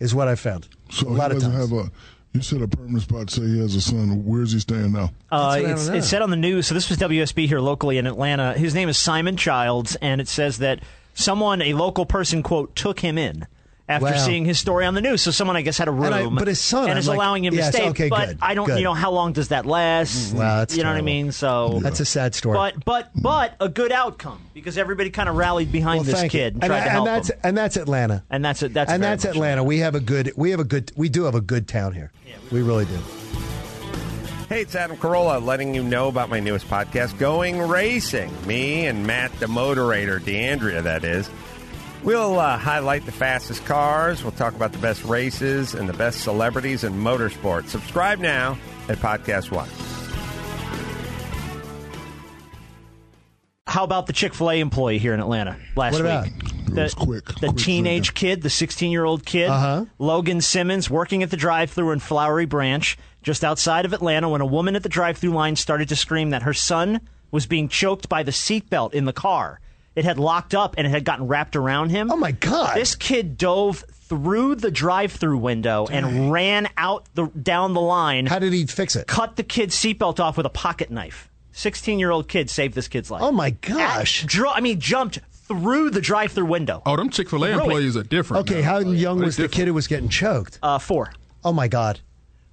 Speaker 4: Is what I found.
Speaker 5: so
Speaker 4: a lot
Speaker 5: he
Speaker 4: of
Speaker 5: doesn't
Speaker 4: times.
Speaker 5: have a. You said a permanent spot. Say he has a son. Where's he staying now?
Speaker 3: Uh,
Speaker 4: That's what I
Speaker 3: it's,
Speaker 4: don't know.
Speaker 3: it said on the news, so this was WSB here locally in Atlanta. His name is Simon Childs, and it says that someone, a local person, quote, took him in after
Speaker 4: Wow.
Speaker 3: seeing his story on the news. So someone, I guess, had a room.
Speaker 4: And I- but his son,
Speaker 3: and
Speaker 4: I'm
Speaker 3: is
Speaker 4: like,
Speaker 3: allowing him
Speaker 4: yes,
Speaker 3: to stay.
Speaker 4: okay,
Speaker 3: but
Speaker 4: good,
Speaker 3: I don't,
Speaker 4: good.
Speaker 3: you know, how long does that last?
Speaker 4: Wow, that's
Speaker 3: you know what I
Speaker 4: terrible.
Speaker 3: mean? So
Speaker 4: That's a sad story.
Speaker 3: But but but a good outcome because everybody kind of rallied behind
Speaker 4: Well,
Speaker 3: this
Speaker 4: thank you.
Speaker 3: kid and
Speaker 4: and,
Speaker 3: tried
Speaker 4: I-
Speaker 3: to
Speaker 4: and
Speaker 3: help
Speaker 4: that's
Speaker 3: him.
Speaker 4: and that's Atlanta.
Speaker 3: And that's it. That's
Speaker 4: and
Speaker 3: very
Speaker 4: that's
Speaker 3: much
Speaker 4: Atlanta. We have a good. We have a good. We do have a good town here. we, really do.
Speaker 1: Hey, it's Adam Carolla letting you know about my newest podcast, Going Racing. Me and Matt, the moderator, DeAndrea, that is. We'll uh, highlight the fastest cars. We'll talk about the best races and the best celebrities in motorsports. Subscribe now at Podcast One.
Speaker 3: How about the Chick Fil A employee here in Atlanta last
Speaker 4: What about?
Speaker 3: week?
Speaker 5: It was quick,
Speaker 3: the
Speaker 5: quick
Speaker 3: teenage
Speaker 5: thinking.
Speaker 3: kid, the 16 year old kid,
Speaker 4: Uh-huh.
Speaker 3: Logan Simmons, working at the drive thru in Flowery Branch, just outside of Atlanta, when a woman at the drive thru line started to scream that her son was being choked by the seatbelt in the car. It had locked up and it had gotten wrapped around him.
Speaker 4: Oh, my God.
Speaker 3: This kid dove through the drive thru window and ran out the down the line,
Speaker 4: How did he fix it?
Speaker 3: cut the kid's seatbelt off with a pocket knife. 16 year old kid saved this kid's life.
Speaker 4: Oh my gosh.
Speaker 3: Dro- I mean, jumped through the drive thru window.
Speaker 9: Oh, them Chick Fil A
Speaker 3: Really?
Speaker 9: employees are different.
Speaker 4: Okay,
Speaker 9: now.
Speaker 4: how young
Speaker 9: They're
Speaker 4: was the
Speaker 9: different.
Speaker 4: kid who was getting choked?
Speaker 3: Uh, four.
Speaker 4: Oh my God,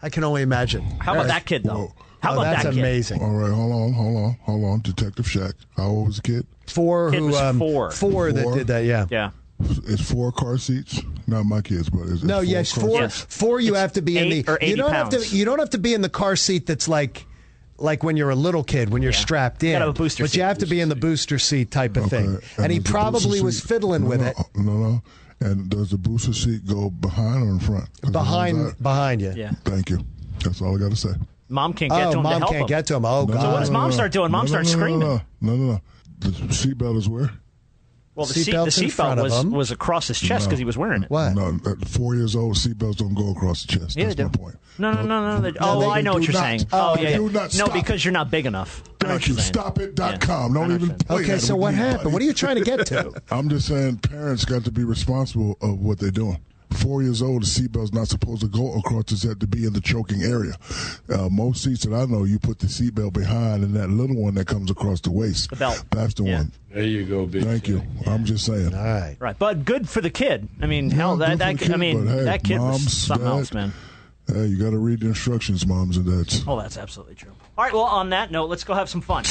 Speaker 4: I can only imagine.
Speaker 3: How about that kid, though?
Speaker 5: Whoa.
Speaker 3: How
Speaker 4: Oh,
Speaker 3: about
Speaker 4: that's
Speaker 3: that kid?
Speaker 4: amazing.
Speaker 5: All right, hold on, hold on, hold on. Detective Shack. How old was the kid?
Speaker 4: Four
Speaker 3: Kid
Speaker 4: who
Speaker 3: was
Speaker 4: um,
Speaker 3: four.
Speaker 4: that
Speaker 5: Four.
Speaker 4: did that. Yeah.
Speaker 3: Yeah.
Speaker 5: It's four car seats. Not my kids, but it's, it's
Speaker 4: No,
Speaker 5: four
Speaker 4: yes,
Speaker 5: car
Speaker 4: four.
Speaker 3: Yes.
Speaker 4: Four. You
Speaker 3: It's
Speaker 4: have to be in
Speaker 3: eight
Speaker 4: the.
Speaker 3: or
Speaker 4: you
Speaker 3: 80
Speaker 4: don't have
Speaker 3: pounds.
Speaker 4: to. You don't have to be in the car seat that's like, like when you're a little kid when you're strapped in.
Speaker 3: gotta have a booster
Speaker 4: but
Speaker 3: seat.
Speaker 4: you have to be in the booster seat type of thing.
Speaker 5: Okay,
Speaker 4: And he
Speaker 5: does the
Speaker 4: probably
Speaker 5: booster
Speaker 4: was
Speaker 5: seat-
Speaker 4: fiddling
Speaker 5: no,
Speaker 4: with
Speaker 5: no,
Speaker 4: it
Speaker 5: No, no. And does the booster seat go behind or in front? 'Cause if it goes
Speaker 4: behind
Speaker 5: out-
Speaker 4: behind you.
Speaker 3: Yeah.
Speaker 5: Thank you. That's all I got to say.
Speaker 3: Mom can't get to
Speaker 4: Oh,
Speaker 3: him to
Speaker 4: mom
Speaker 3: help
Speaker 4: can't
Speaker 3: him.
Speaker 4: get to him. Oh God.
Speaker 3: what does mom start doing? Mom starts
Speaker 5: No, no, no. The seatbelt is where?
Speaker 3: Well, the seat, the
Speaker 4: Seatbelt's in front
Speaker 3: seatbelt
Speaker 4: of
Speaker 3: was,
Speaker 4: him.
Speaker 3: was across his chest because he was wearing it.
Speaker 4: What?
Speaker 5: No, at four years old, seatbelts don't go across the chest.
Speaker 3: Uh, Yeah,
Speaker 5: That's
Speaker 3: they
Speaker 5: my
Speaker 3: do.
Speaker 5: point.
Speaker 3: No, no, no, no. they-
Speaker 5: No,
Speaker 3: oh,
Speaker 5: they
Speaker 3: I know what
Speaker 5: do
Speaker 3: you're
Speaker 5: not.
Speaker 3: saying.
Speaker 5: Oh,
Speaker 3: Oh,
Speaker 5: they
Speaker 3: yeah.
Speaker 5: do
Speaker 3: yeah.
Speaker 5: not
Speaker 3: no,
Speaker 5: stop.
Speaker 3: because you're not big enough. I know what
Speaker 5: Thank you.
Speaker 3: you're saying.
Speaker 5: Stopit.com.
Speaker 3: I
Speaker 5: Don't
Speaker 3: know what
Speaker 5: even
Speaker 3: you're
Speaker 5: play
Speaker 4: Okay,
Speaker 5: that
Speaker 4: so
Speaker 5: with
Speaker 4: what
Speaker 5: me,
Speaker 4: happened?
Speaker 5: buddy.
Speaker 4: What are you trying to get *laughs* to?
Speaker 5: I'm just saying parents got to be responsible of what they're doing. Four years old, the seatbelt's not supposed to go across the set to be in the choking area. Uh, most seats that I know, you put the seatbelt behind and that little one that comes across the waist.
Speaker 3: The belt.
Speaker 5: That's the
Speaker 3: Yeah.
Speaker 5: one.
Speaker 10: There you go, bitch.
Speaker 5: Thank you. I'm just saying.
Speaker 4: All right.
Speaker 3: Right, but good for the kid. I mean, hell,
Speaker 5: Yeah,
Speaker 3: that,
Speaker 5: good
Speaker 3: that
Speaker 5: for the
Speaker 3: I mean,
Speaker 5: but hey,
Speaker 3: that kid was
Speaker 5: moms,
Speaker 3: something
Speaker 5: dad,
Speaker 3: else, man.
Speaker 5: Hey, you got to read the instructions, moms and dads.
Speaker 3: Oh, that's absolutely true. All right, well, on that note, let's go have some fun.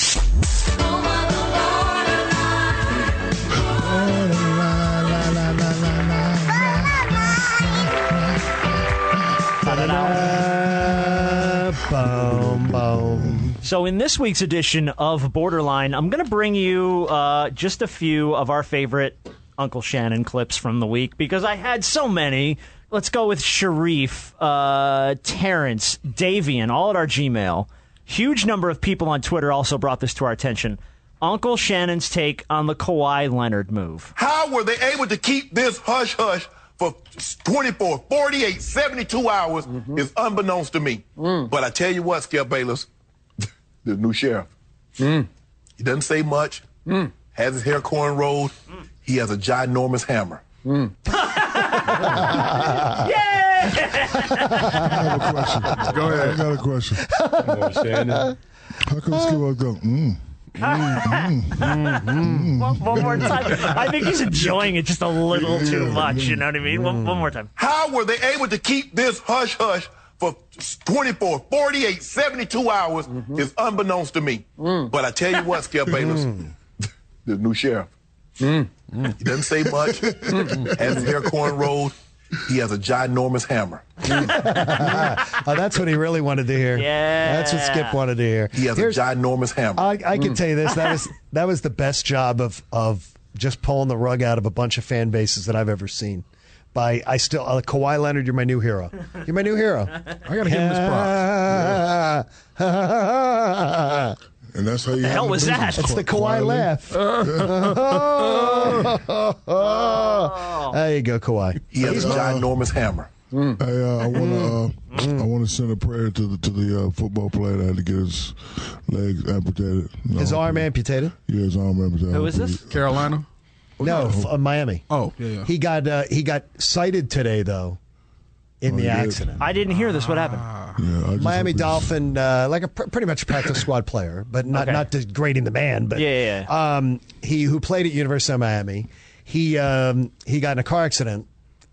Speaker 4: Uh, boom, boom.
Speaker 3: So, in this week's edition of Borderline, I'm going to bring you uh, just a few of our favorite Uncle Shannon clips from the week because I had so many. Let's go with Sharif, uh, Terrence, Davian, all at our Gmail. Huge number of people on Twitter also brought this to our attention. Uncle Shannon's take on the Kawhi Leonard move.
Speaker 11: How were they able to keep this hush hush for 24, 48, 72 hours is unbeknownst to me. But I tell you what, Skip Bayless, *laughs* the new sheriff, he doesn't say much, has his hair cornrowed, he has a ginormous hammer.
Speaker 5: I have a question.
Speaker 9: Go
Speaker 5: I
Speaker 9: ahead.
Speaker 5: got a question.
Speaker 10: Come on, Shannon.
Speaker 5: How come Skip go, mm,
Speaker 3: One, *laughs* one more time. I think he's enjoying it just a little too much. You know what I mean? One, one more time.
Speaker 11: How were they able to keep this hush hush for 24, 48, 72 hours
Speaker 4: Mm-hmm.
Speaker 11: is unbeknownst to me.
Speaker 4: Mm.
Speaker 11: But I tell you what,
Speaker 4: *laughs*
Speaker 11: Skip Bayless, the new sheriff,
Speaker 4: Mm.
Speaker 11: he doesn't say much,
Speaker 4: *laughs*
Speaker 11: has his hair cornrowed, he has a ginormous hammer.
Speaker 4: *laughs* Oh, that's what he really wanted to hear.
Speaker 3: Yeah.
Speaker 4: That's what Skip wanted to hear.
Speaker 11: He has
Speaker 4: Here's-
Speaker 11: a Mm. ginormous hammer.
Speaker 4: I, I can tell you this.
Speaker 11: *laughs*
Speaker 4: That was that was the best job of of just pulling the rug out of a bunch of fan bases that I've ever seen. by I still uh, Kawhi Leonard. You're my new hero. You're my new hero. I
Speaker 9: gotta give him his
Speaker 4: props. *laughs*
Speaker 5: And that's how you.
Speaker 4: The hell
Speaker 5: handle
Speaker 4: was that?
Speaker 5: business,
Speaker 4: That's the Kawhi
Speaker 9: *laughs*
Speaker 4: laugh. there you go, Kawhi.
Speaker 11: He has a
Speaker 4: Uh-huh.
Speaker 11: ginormous hammer.
Speaker 5: Hey, uh, I want to
Speaker 9: Mm.
Speaker 5: uh, I want to send a prayer to the to the uh, football player that had to get his legs amputated.
Speaker 4: His arm amputated.
Speaker 5: Oh, Yeah, his arm amputated.
Speaker 4: Who is this?
Speaker 9: Carolina.
Speaker 4: No, f- uh, Miami.
Speaker 9: Oh, yeah, yeah.
Speaker 4: He got uh, he got cited today though, in the accident.
Speaker 3: I didn't hear this. What happened?
Speaker 4: Miami Dolphin, uh, like a pr- pretty much a practice squad player, but not
Speaker 3: Okay.
Speaker 4: not degrading the man. But
Speaker 3: Yeah, yeah,
Speaker 4: Um, he who played at University of Miami, he um, he got in a car accident,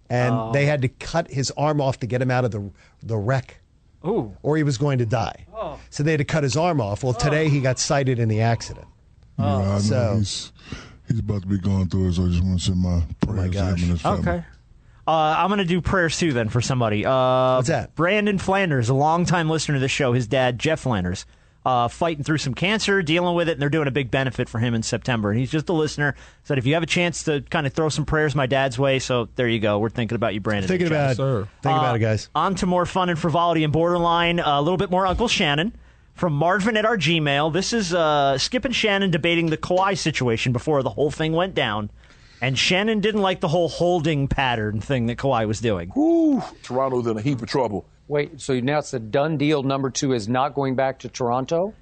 Speaker 4: and
Speaker 3: Oh.
Speaker 4: they had to cut his arm off to get him out of the the wreck.
Speaker 3: Ooh.
Speaker 4: Or he was going to die.
Speaker 3: Oh.
Speaker 4: So they had to cut his arm off. Well, today he got cited in the accident.
Speaker 5: Yeah, I know
Speaker 4: Oh, So- Oh
Speaker 5: he's he's about to be going through it, so I just want to send my prayers to him and his family.
Speaker 3: Okay. Uh, I'm going to do prayers too then for somebody. Uh, What's that? Brandon Flanders, a longtime listener to the show. His dad, Jeff Flanders, uh, fighting through some cancer, dealing with it, and they're doing a big benefit for him in September. And he's just a listener. Said if you have a chance to kind of throw some prayers my dad's way, so there you go. We're thinking about you, Brandon.
Speaker 4: Thinking
Speaker 3: and Jeff.
Speaker 4: about, thinking about it, guys.
Speaker 3: Uh, On to more fun and frivolity and borderline. Uh, a little bit more Uncle Shannon from Marvin at our Gmail. This is uh, Skip and Shannon debating the Kawhi situation before the whole thing went down. And Shannon didn't like the whole holding pattern thing that Kawhi was doing.
Speaker 12: Toronto's in a heap of trouble. Wait, so now it's a done deal. Number two is not going back to Toronto.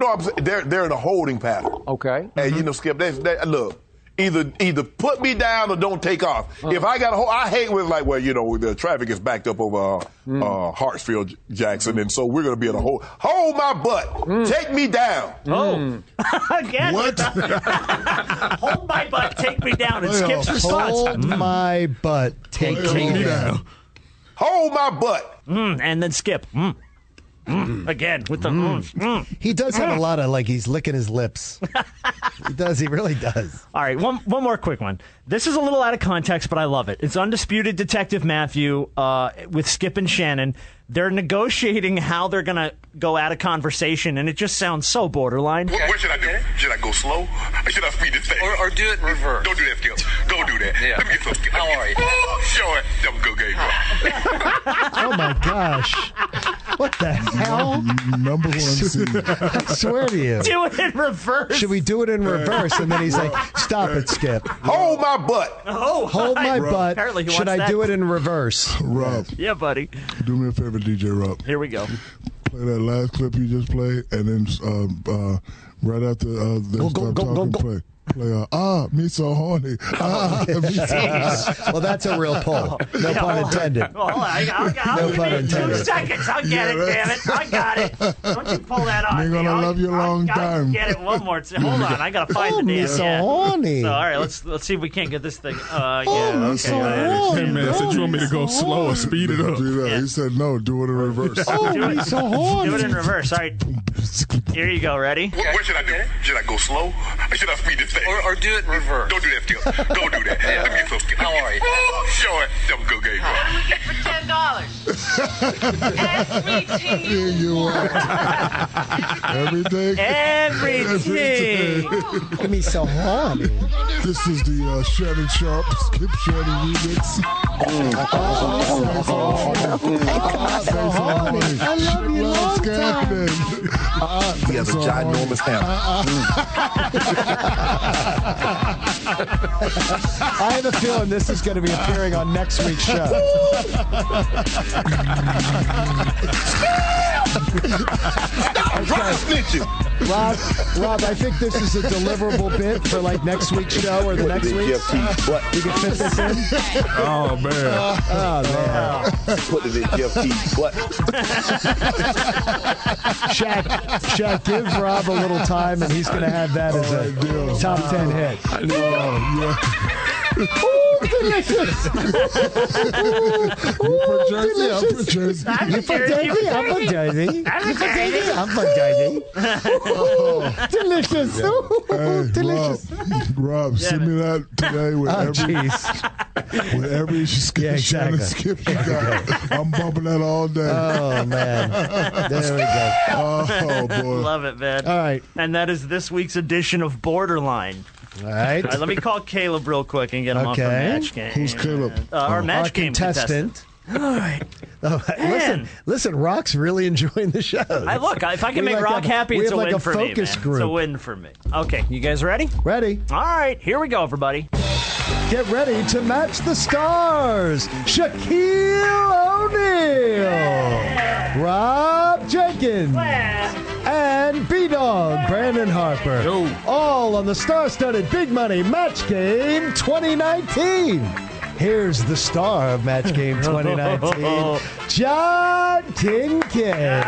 Speaker 11: No, I'm saying they're they're in a holding pattern.
Speaker 12: Okay.
Speaker 11: And you know, Skip, that's that look. Either either put me down or don't take off. If I got a hold, I hate when like well, you know, the traffic is backed up over uh, uh, Hartsfield J- Jackson, and so we're gonna be in a hold. Hold my butt, take me down.
Speaker 3: Oh, *laughs* Again,
Speaker 11: what?
Speaker 3: *laughs* hold my butt, take me down, and Skip's response. Mm.
Speaker 4: Hold my butt, take me down.
Speaker 11: Hold my butt.
Speaker 3: Mm, and then Skip. Mm. Mm. Again with the mm. Mm.
Speaker 4: He does have a lot of like he's licking his
Speaker 3: *laughs*
Speaker 4: lips. he does. He really does.
Speaker 3: All right, one one more quick one. This is a little out of context, but I love it. It's undisputed Detective Matthew uh, with Skip and Shannon. They're negotiating how they're gonna go out of conversation, and it just sounds so borderline.
Speaker 13: What, what should I do? Should I go slow? Or should I speed this thing? Or, or do it reverse. Don't do that, Skip. Don't do that. Yeah. Let me get some. How are you? Oh, sure. I'm good, Gabriel.
Speaker 4: Oh my gosh! What the hell? *laughs*
Speaker 5: Number one seed.
Speaker 4: I swear to you.
Speaker 3: Do it in reverse.
Speaker 4: Should we do it in reverse? And then he's like, "Stop it, Skip.
Speaker 11: Hold my
Speaker 3: *laughs*
Speaker 11: butt.
Speaker 3: Oh,
Speaker 4: Hold my butt. Should I do it in reverse?"
Speaker 5: Rob,
Speaker 3: Yeah, buddy.
Speaker 5: do me a favor, DJ Rob.
Speaker 3: Here we go.
Speaker 5: Play that last clip you just played, and then um, uh, right after uh, them
Speaker 4: Go, go,
Speaker 5: stop
Speaker 4: go, go,
Speaker 5: talking,
Speaker 4: go.
Speaker 5: play. Play, uh, ah, me so horny. Ah, *laughs* me so horny.
Speaker 4: Uh, well, that's a real poll. No
Speaker 5: Yeah,
Speaker 4: pun
Speaker 5: well,
Speaker 4: intended.
Speaker 3: Well, I, Oh, I'll, I'll
Speaker 4: No
Speaker 3: give
Speaker 4: pun
Speaker 3: you two
Speaker 4: intended.
Speaker 3: seconds. I'll get it, damn it. I got it. Don't you pull that on
Speaker 5: You're
Speaker 3: me.
Speaker 5: gonna
Speaker 3: I'll,
Speaker 5: love you a long
Speaker 3: I'll
Speaker 5: time.
Speaker 3: get it one more time. Hold on. I got to find
Speaker 5: Oh,
Speaker 3: the damn.
Speaker 5: me so
Speaker 3: yeah.
Speaker 5: horny.
Speaker 3: So, all right, let's, let's see if we can't get this thing. Uh, yeah,
Speaker 5: Oh, me
Speaker 3: okay. I
Speaker 5: so horny.
Speaker 9: Hey,
Speaker 3: understand.
Speaker 9: man, said you want me to go slow or speed
Speaker 5: *laughs*
Speaker 9: it up.
Speaker 5: He said no. Do it in reverse.
Speaker 13: Oh,
Speaker 4: me so
Speaker 3: Do it in reverse. All right. Here you go. Ready?
Speaker 13: What, what should I do? Should I go slow? Or should I speed this thing? Or, or do it reverse. Don't do that, Skip. Don't do *laughs* that. Let me get some. How are you? Oh, sure. I'm good, Gabriel.
Speaker 14: for ten dollars.
Speaker 5: Here you are. Everything.
Speaker 3: Eh?
Speaker 4: Everything. Give me so horny.
Speaker 5: This is the uh, Shannon Sharp Skip Shannon remix. I love you long time.
Speaker 11: He has a ginormous
Speaker 4: I have a feeling this is going to be appearing on next week's show. Rob, Rob, I think this is a deliverable bit for like next week's show or the next week. We can fit this in.
Speaker 9: Oh man.
Speaker 4: Oh, man.
Speaker 11: What is it, Jeff T? What?
Speaker 4: Shaq, Shaq, give Rob a little time, and he's going to have that as a top ten hit.
Speaker 5: You from Jersey? I'm from Jersey.
Speaker 4: You from Jersey? I'm from Jersey. You from Jersey? I'm from Jersey. *laughs* Delicious.
Speaker 5: Hey,
Speaker 4: Oh, Delicious.
Speaker 5: Rob, *laughs* Rob send me that
Speaker 4: *laughs*
Speaker 5: today with
Speaker 4: Oh,
Speaker 5: every with every skip,
Speaker 4: Yeah, exactly.
Speaker 5: Shannon skip you got. I'm bumping that all day.
Speaker 4: Oh man, there we go.
Speaker 5: Oh boy.
Speaker 3: Love it, man.
Speaker 4: All right.
Speaker 3: And that is this week's edition of Borderline.
Speaker 4: All right.
Speaker 15: All right, let me call Caleb real quick and get him off the
Speaker 4: Okay.
Speaker 15: match game.
Speaker 4: Who's Caleb?
Speaker 15: Uh, our
Speaker 4: Oh.
Speaker 15: match
Speaker 4: Our
Speaker 15: game contestant. All right.
Speaker 4: All right, *laughs* Listen, listen, Rock's really enjoying the show.
Speaker 15: I look. If I can
Speaker 4: We
Speaker 15: make
Speaker 4: like
Speaker 15: Rock
Speaker 4: a-
Speaker 15: happy,
Speaker 4: we
Speaker 15: it's a
Speaker 4: have like
Speaker 15: win
Speaker 4: a
Speaker 15: for me. Man.
Speaker 4: focus group.
Speaker 15: It's a win for me. Okay, you guys ready?
Speaker 4: Ready.
Speaker 15: All right, here we go, everybody.
Speaker 4: Get ready to match the stars. Shaquille O'Neal, Rob Jenkins, and B Dog Brandon Harper. All on the star studded Big Money Match Game 2019. Here's the star of Match Game
Speaker 15: *laughs*
Speaker 4: 2019, John Kincaid.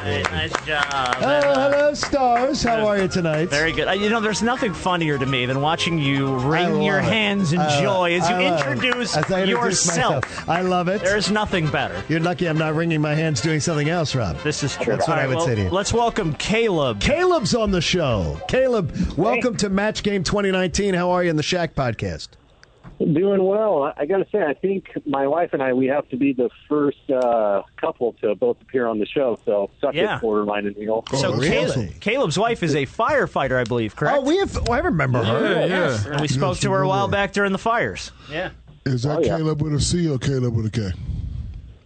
Speaker 15: Hey, nice job.
Speaker 4: Hello, Uh, hello, stars. How are you tonight?
Speaker 15: Very good. Uh, You know, there's nothing funnier to me than watching you wring your
Speaker 4: love it.
Speaker 15: hands in
Speaker 4: I love-
Speaker 15: joy as you
Speaker 4: I love it.
Speaker 15: introduce
Speaker 4: As I introduce
Speaker 15: yourself.
Speaker 4: myself. I love it.
Speaker 15: There's nothing better.
Speaker 4: You're lucky I'm not wringing my hands doing something else, Rob.
Speaker 15: This is true.
Speaker 4: That's what
Speaker 15: All right,
Speaker 4: I would
Speaker 15: well,
Speaker 4: say to you.
Speaker 15: Let's welcome Caleb.
Speaker 4: Caleb's on the show. Caleb, welcome to Match Game 2019. How are you in the Shack podcast?
Speaker 16: Doing well. I- I got to say, I think my wife and I we have to be the first uh, couple to both appear on the show. So suck
Speaker 15: Yeah.
Speaker 16: it, borderline and Neil.
Speaker 15: So
Speaker 4: Oh,
Speaker 15: Caleb, Caleb's wife is a firefighter, I believe, correct? Oh,
Speaker 4: we have. I remember
Speaker 5: her. Yeah,
Speaker 15: Yes.
Speaker 5: yeah.
Speaker 15: And we
Speaker 5: Yes,
Speaker 15: spoke to
Speaker 5: we
Speaker 15: her a while
Speaker 5: were.
Speaker 15: back during the fires. Yeah.
Speaker 5: Is that
Speaker 16: Oh, yeah.
Speaker 5: Caleb with a C or Caleb with a K?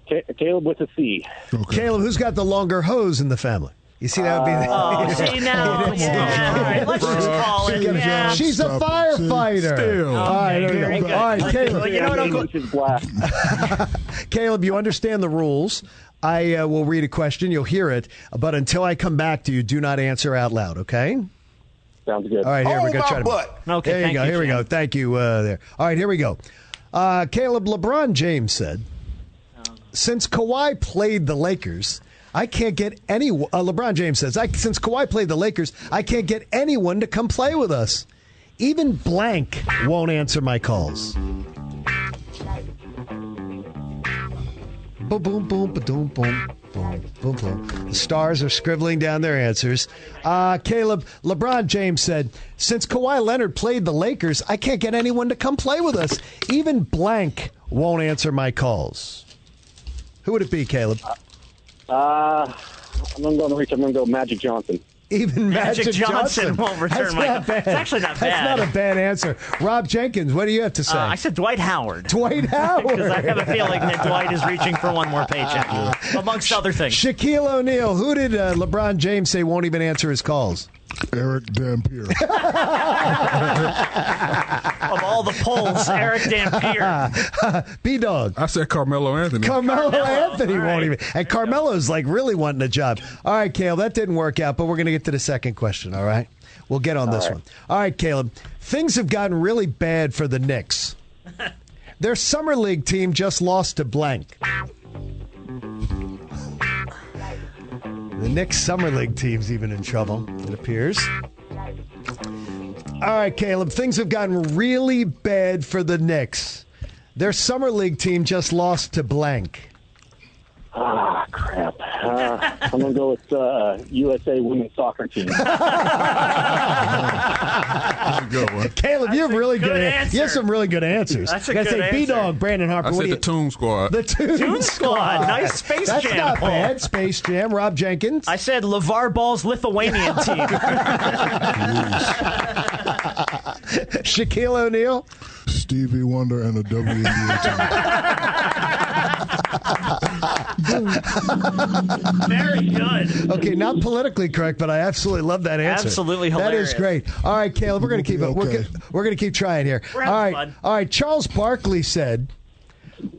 Speaker 16: Ca- Caleb with a C.
Speaker 4: Caleb, who's got the longer hose in the family? You see, that would be.
Speaker 15: Oh,
Speaker 4: *laughs*
Speaker 15: see now, yeah. All right, let's just call it. Yeah.
Speaker 4: She's a firefighter.
Speaker 15: Still.
Speaker 4: All right, there
Speaker 15: Very
Speaker 4: you go.
Speaker 15: good.
Speaker 4: All right,
Speaker 15: Like,
Speaker 4: Caleb.
Speaker 15: like, you know what, Uncle-
Speaker 4: Caleb, you understand the rules. I uh, will read a question. You'll hear it, but until I come back to you, do not answer out loud. Okay?
Speaker 16: Sounds good.
Speaker 4: All right, here
Speaker 16: Oh,
Speaker 4: we go.
Speaker 16: my
Speaker 4: Try to-
Speaker 16: butt. Okay,
Speaker 4: There you
Speaker 16: thank
Speaker 4: go.
Speaker 16: you,
Speaker 4: Here we
Speaker 16: Jim.
Speaker 4: go. Thank you. Uh, there. All right, here we go. Uh, Caleb LeBron James said, "Since Kawhi played the Lakers." I can't get any. Uh, LeBron James says, I, "Since Kawhi played the Lakers, I can't get anyone to come play with us. Even blank won't answer my calls." Boom, boom, boom, ba-doom, boom, boom, boom, boom. The stars are scribbling down their answers. Uh, Caleb, LeBron James said, Since Kawhi Leonard played the Lakers, I can't get anyone to come play with us. Even blank won't answer my calls. Who would it be, Caleb?
Speaker 16: Uh, I'm gonna go on the reach. I'm gonna go Magic Johnson.
Speaker 4: Even
Speaker 16: Magic
Speaker 4: Magic,
Speaker 16: Johnson won't return
Speaker 4: That's
Speaker 16: my-
Speaker 4: not bad.
Speaker 16: It's actually not
Speaker 4: That's
Speaker 16: bad.
Speaker 4: not a bad answer. Rob Jenkins, what do you have to say?
Speaker 15: Uh, I said Dwight Howard.
Speaker 4: Dwight Howard.
Speaker 15: Because I have a feeling that Dwight is reaching for one more
Speaker 4: *laughs*
Speaker 15: paycheck, amongst other things.
Speaker 4: Shaquille O'Neal, who did uh, LeBron James say won't even answer his calls?
Speaker 5: Eric Dampier.
Speaker 15: of all the
Speaker 4: *laughs*
Speaker 15: polls, Eric Dampier.
Speaker 4: B Dog.
Speaker 9: I said Carmelo Anthony.
Speaker 4: Carmelo,
Speaker 9: Carmelo,
Speaker 4: Anthony won't even. And Carmelo's like really wanting a job. All right, Caleb, that didn't work out, but we're going to get to the second question, all right? We'll get on this one. All right, Caleb. Things have gotten really bad for the Knicks. Their summer league team just lost to blank. The Knicks summer league team's even in trouble, it appears. All right, Caleb, things have gotten really bad for the Knicks. Their summer league team just lost to blank.
Speaker 16: Ah, crap. Uh, I'm gonna go with uh, USA Women's Soccer Team.
Speaker 4: Caleb, you have really good,
Speaker 16: good
Speaker 4: an-
Speaker 16: answer.
Speaker 4: You have some really good answers.
Speaker 16: That's a
Speaker 4: Gotta
Speaker 16: good
Speaker 4: say,
Speaker 16: answer.
Speaker 4: B Dog, Brandon Harper.
Speaker 9: I
Speaker 4: what
Speaker 9: said
Speaker 4: do
Speaker 9: the
Speaker 4: you-
Speaker 9: Toon Squad.
Speaker 4: The Toon,
Speaker 15: Toon Squad. Nice Space
Speaker 4: That's
Speaker 15: Jam
Speaker 4: not
Speaker 15: poll.
Speaker 4: bad. Space Jam. Rob Jenkins.
Speaker 15: I said LeVar Ball's Lithuanian
Speaker 4: *laughs*
Speaker 15: team.
Speaker 4: Shaquille O'Neal.
Speaker 5: Stevie Wonder and the WNBA team.
Speaker 15: Very good.
Speaker 4: Okay, not politically correct, but I absolutely love that answer.
Speaker 15: Absolutely hilarious.
Speaker 4: That is great. All right, Caleb, we're going to keep it. We're, gonna, we're going to keep trying here. All
Speaker 15: We're having
Speaker 4: right,
Speaker 15: fun.
Speaker 4: all right. Charles Barkley said,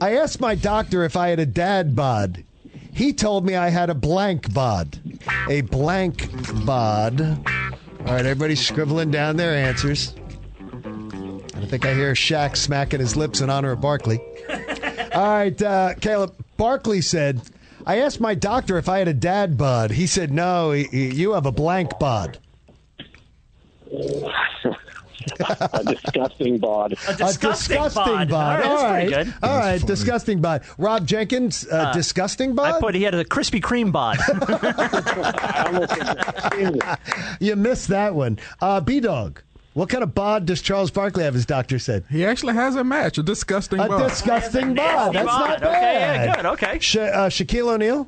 Speaker 4: "I asked my doctor if I had a dad bod. He told me I had a blank bod, a blank bod." All right, everybody's scribbling down their answers. And I think I hear Shaq smacking his lips in honor of Barkley. All right, uh, Caleb. Barkley said, I asked my doctor if I had a dad bod. He said, no, y- y- you have a blank bod.
Speaker 16: a disgusting bod.
Speaker 15: A disgusting, bod. All right,
Speaker 4: All
Speaker 15: that's
Speaker 4: right.
Speaker 15: pretty good.
Speaker 4: All right, disgusting bod. Rob Jenkins, uh,
Speaker 15: Uh,
Speaker 4: disgusting bod?
Speaker 15: I put he had a Krispy Kreme *laughs*
Speaker 4: *laughs*
Speaker 15: bod.
Speaker 4: you missed that one. Uh, B Dog, what kind of bod does Charles Barkley have? His doctor said he
Speaker 9: actually has a match, a disgusting
Speaker 4: a
Speaker 9: bod.
Speaker 4: disgusting
Speaker 9: He has a
Speaker 4: bod.
Speaker 9: nasty
Speaker 4: That's
Speaker 9: bod.
Speaker 4: not
Speaker 9: Okay,
Speaker 4: bad.
Speaker 9: yeah,
Speaker 15: good, Okay.
Speaker 4: Sha- uh, Shaquille O'Neal.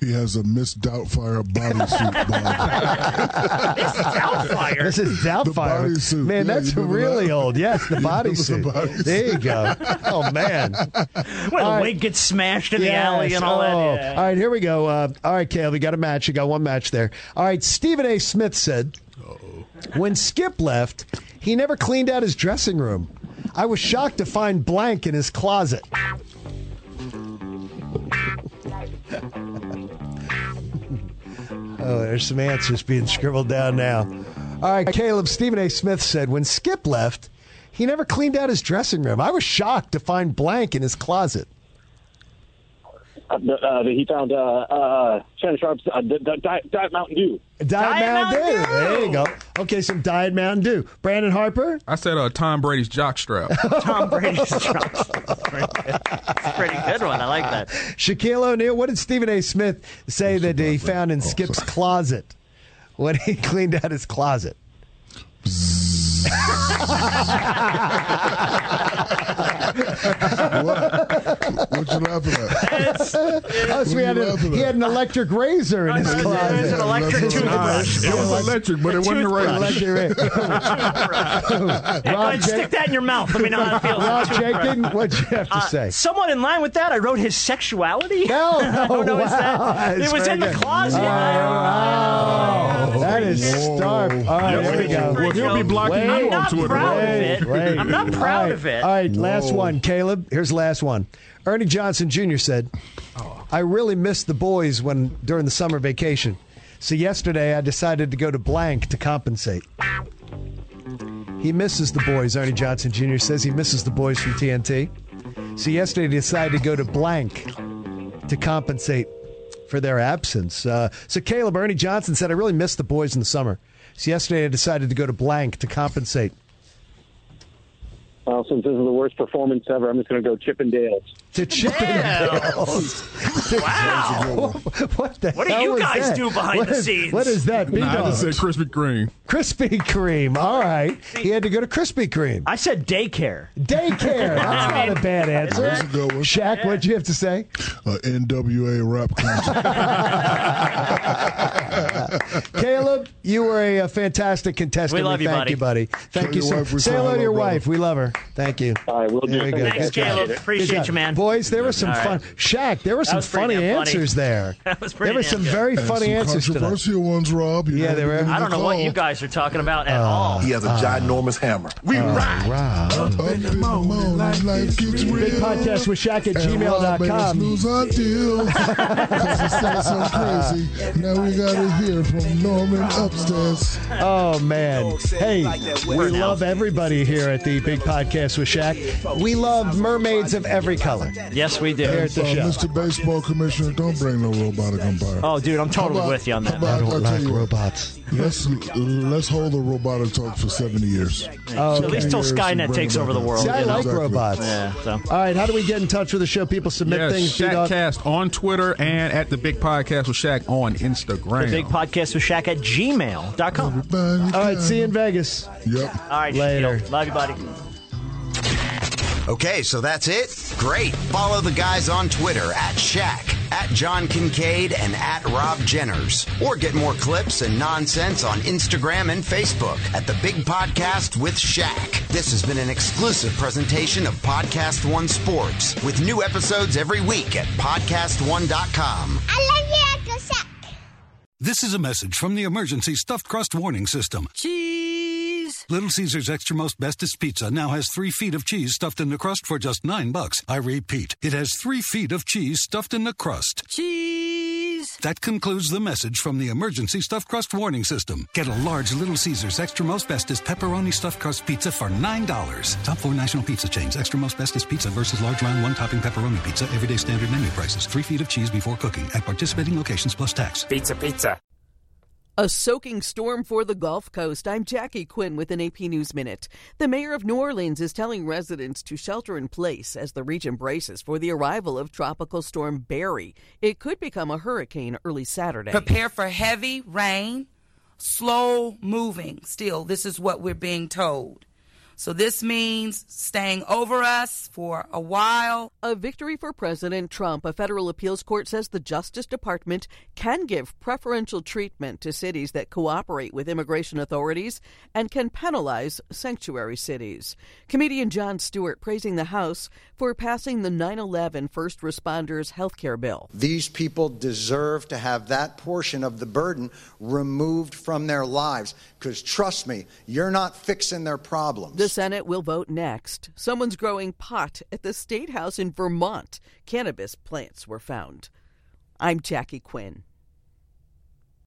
Speaker 5: He has a Miss Doubtfire bodysuit.
Speaker 4: this is Doubtfire. This is Doubtfire. Man,
Speaker 5: Yeah,
Speaker 4: that's
Speaker 5: you remember
Speaker 4: really
Speaker 5: that?
Speaker 4: old. Yes, the
Speaker 5: *laughs* You remember the
Speaker 4: bodysuit.
Speaker 5: bodysuit?
Speaker 4: there you go. Oh, man.
Speaker 15: Where
Speaker 4: All
Speaker 15: the
Speaker 4: right.
Speaker 15: wig gets smashed in the
Speaker 4: Yes.
Speaker 15: alley and all
Speaker 4: Oh.
Speaker 15: that. Yeah.
Speaker 4: All right, here we go. Uh, all right, Caleb, you got a match. You got one match there. All right, Stephen A. Smith said, when Skip left, he never cleaned out his dressing room. I was shocked to find blank in his closet. Oh, there's some answers being scribbled down now. All right, Caleb, Stephen A. Smith said when Skip left, he never cleaned out his dressing room. I was shocked to find blank in his closet.
Speaker 16: Uh, the, uh, he found uh, uh, Shannon Sharp's uh, di- di- Diet, Diet Mountain Dew.
Speaker 4: Diet, Mountain Dew. There you go. Okay, some Diet Mountain Dew. Brandon Harper.
Speaker 9: I said uh, Tom Brady's jockstrap.
Speaker 3: Oh,
Speaker 15: Tom Brady's *laughs* drunk. It's a pretty good one. I like that.
Speaker 4: Shaquille O'Neal. What did Stephen A. Smith say that he found in Skip's closet when he *laughs* cleaned out his closet?
Speaker 5: What you laughing at?
Speaker 4: Oh, so he, had a- he had an electric razor in his closet.
Speaker 5: There's an electric toothbrush. It was electric, but it wasn't the right
Speaker 15: *laughs* Hey, go
Speaker 4: Rob
Speaker 15: ahead, stick
Speaker 4: Jac-
Speaker 15: that in your mouth. Let me know how it feels.
Speaker 4: Rob
Speaker 15: Too bright.
Speaker 4: Jenkins, what'd you have to
Speaker 15: Uh,
Speaker 4: say?
Speaker 15: Somewhat in line with that, I wrote his *laughs* sexuality.
Speaker 4: No,
Speaker 15: I don't know, is
Speaker 4: wow,
Speaker 15: that,
Speaker 4: that's
Speaker 15: it was
Speaker 4: very
Speaker 15: in the
Speaker 4: good.
Speaker 15: closet.
Speaker 4: That is stark. All right,
Speaker 15: Yep,
Speaker 4: there we
Speaker 15: you'll
Speaker 4: go.
Speaker 15: be- you'll be blocking
Speaker 4: Wait,
Speaker 15: me I'm on not Twitter. proud of
Speaker 4: wait,
Speaker 15: it.
Speaker 4: wait.
Speaker 15: I'm not proud
Speaker 4: All right,
Speaker 15: of it.
Speaker 4: All right, last
Speaker 15: Whoa.
Speaker 4: one, Caleb. Here's the last one. Ernie Johnson Jr. said, "I really missed the boys when during the summer vacation, so yesterday I decided to go to blank to compensate." He misses the boys. Ernie Johnson Jr. says he misses the boys from TNT. So yesterday he decided to go to blank to compensate for their absence. Uh, so Caleb Ernie Johnson said, "I really missed the boys in the summer." So yesterday I decided to go to blank to compensate.
Speaker 16: Well, since this is the worst performance ever, I'm just going to go Chippendales.
Speaker 4: To
Speaker 16: Chippendales.
Speaker 4: wow. *laughs* what the
Speaker 16: What do
Speaker 4: hell
Speaker 16: you
Speaker 4: was
Speaker 16: guys
Speaker 4: that?
Speaker 16: do behind
Speaker 4: What
Speaker 16: the
Speaker 4: is-
Speaker 16: scenes?
Speaker 4: What is that?
Speaker 9: Nah, I
Speaker 4: B-Dog?
Speaker 9: just said Krispy Kreme.
Speaker 4: Krispy Kreme. All right. He had to go to Krispy Kreme.
Speaker 15: I said daycare.
Speaker 4: Daycare. That's not a bad answer.
Speaker 5: That's a good one.
Speaker 4: Shaq, what'd you have to say?
Speaker 5: Uh, NWA rap concert.
Speaker 4: *laughs*
Speaker 5: *laughs*
Speaker 4: Caleb, you were a, uh, fantastic contestant.
Speaker 5: We love you,
Speaker 4: thank
Speaker 5: buddy.
Speaker 4: you, buddy. Thank
Speaker 5: Tell
Speaker 4: you
Speaker 5: your
Speaker 4: so
Speaker 5: wife we
Speaker 4: much. Say
Speaker 5: say
Speaker 4: hello to
Speaker 5: hello,
Speaker 4: your
Speaker 5: brother.
Speaker 4: wife. We love her. Thank you. All
Speaker 16: right, we'll
Speaker 4: do. There we go.
Speaker 15: Thanks,
Speaker 4: Good job.
Speaker 15: Caleb.
Speaker 4: Good
Speaker 15: Appreciate
Speaker 4: job.
Speaker 15: you, man.
Speaker 4: Boys, there were some
Speaker 15: All
Speaker 4: fun.
Speaker 15: right.
Speaker 4: Shaq, there were
Speaker 15: That
Speaker 4: some
Speaker 15: was pretty
Speaker 4: funny
Speaker 15: damn funny.
Speaker 4: answers there.
Speaker 15: *laughs* That was pretty
Speaker 4: There were
Speaker 15: damn
Speaker 4: some
Speaker 15: good.
Speaker 4: very
Speaker 5: And
Speaker 4: funny
Speaker 5: some
Speaker 4: answers to that.
Speaker 5: Controversial ones, Rob. You
Speaker 4: Yeah,
Speaker 5: know,
Speaker 4: they were-
Speaker 5: give me
Speaker 15: I don't
Speaker 5: the
Speaker 15: know what
Speaker 5: call.
Speaker 15: you guys are talking about
Speaker 4: Uh,
Speaker 15: at all.
Speaker 11: He has a ginormous hammer. We ride.
Speaker 5: Up in the morning, life gets real.
Speaker 4: Big podcast with Shaq at
Speaker 5: And Rob made us
Speaker 4: gmail.com.
Speaker 5: lose
Speaker 4: *laughs*
Speaker 5: our deal 'cause he said so crazy. Now we got to hear from Norman upstairs.
Speaker 4: Oh man! Hey, we love everybody here at the Big Podcast with Shaq. We love mermaids of every color.
Speaker 15: Yes, we do.
Speaker 4: Here at the
Speaker 5: Uh,
Speaker 4: show.
Speaker 5: Mr. Baseball Commissioner, don't bring no robotic umpire.
Speaker 15: Oh, dude, I'm totally with you on that.
Speaker 5: I
Speaker 4: don't like
Speaker 5: robots. Let's let's hold the robotic talk for seventy years.
Speaker 15: At least till Skynet takes over the world.
Speaker 4: See, I
Speaker 15: you know?
Speaker 4: like robots.
Speaker 15: Yeah, so.
Speaker 4: All right, how do we get in touch with the show? People submit
Speaker 9: Yes,
Speaker 4: things. B-Dog.
Speaker 9: Shaqcast on Twitter and at the Big Podcast with Shaq on Instagram.
Speaker 15: The big podcast with Shaq at gmail.com.
Speaker 4: All right, see you in Vegas.
Speaker 5: Yep.
Speaker 15: All right,
Speaker 4: Later.
Speaker 15: Shaquille. Love you, buddy.
Speaker 2: Okay, so that's it? Great. Follow the guys on Twitter at Shaq, at John Kincaid, and at Rob Jenners. Or get more clips and nonsense on Instagram and Facebook at The Big Podcast with Shaq. This has been an exclusive presentation of Podcast One Sports with new episodes every week at PodcastOne.com.
Speaker 17: I love you, Uncle Shaq.
Speaker 18: This is a message from the emergency stuffed crust warning system. Cheese! Little Caesar's Extra Most Bestest Pizza now has three feet of cheese stuffed in the crust for just nine bucks. I repeat, it has three feet of cheese stuffed in the crust. Cheese! That concludes the message from the emergency stuffed crust warning system. Get a large Little Caesar's Extra Most Bestest pepperoni stuffed crust pizza for $9. Top four national pizza chains Extra Most Bestest Pizza versus large round one topping pepperoni pizza, everyday standard menu prices, three feet of cheese before cooking at participating locations plus tax. Pizza, pizza.
Speaker 19: A soaking storm for the Gulf Coast. I'm Jackie Quinn with an AP News Minute. The mayor of New Orleans is telling residents to shelter in place as the region braces for the arrival of Tropical Storm Barry. It could become a hurricane early Saturday.
Speaker 20: Prepare for heavy rain, slow moving. Still, this is what we're being told. So this means staying over us for a while.
Speaker 19: A victory for President Trump. A federal appeals court says the Justice Department can give preferential treatment to cities that cooperate with immigration authorities and can penalize sanctuary cities. Comedian John Stewart praising the House for passing the 9 11 First Responders Health Care Bill.
Speaker 4: These people deserve to have that portion of the burden removed from their lives because trust me, you're not fixing their problem.
Speaker 19: The Senate will vote next. Someone's growing pot at the State House in Vermont. Cannabis plants were found. I'm Jackie Quinn.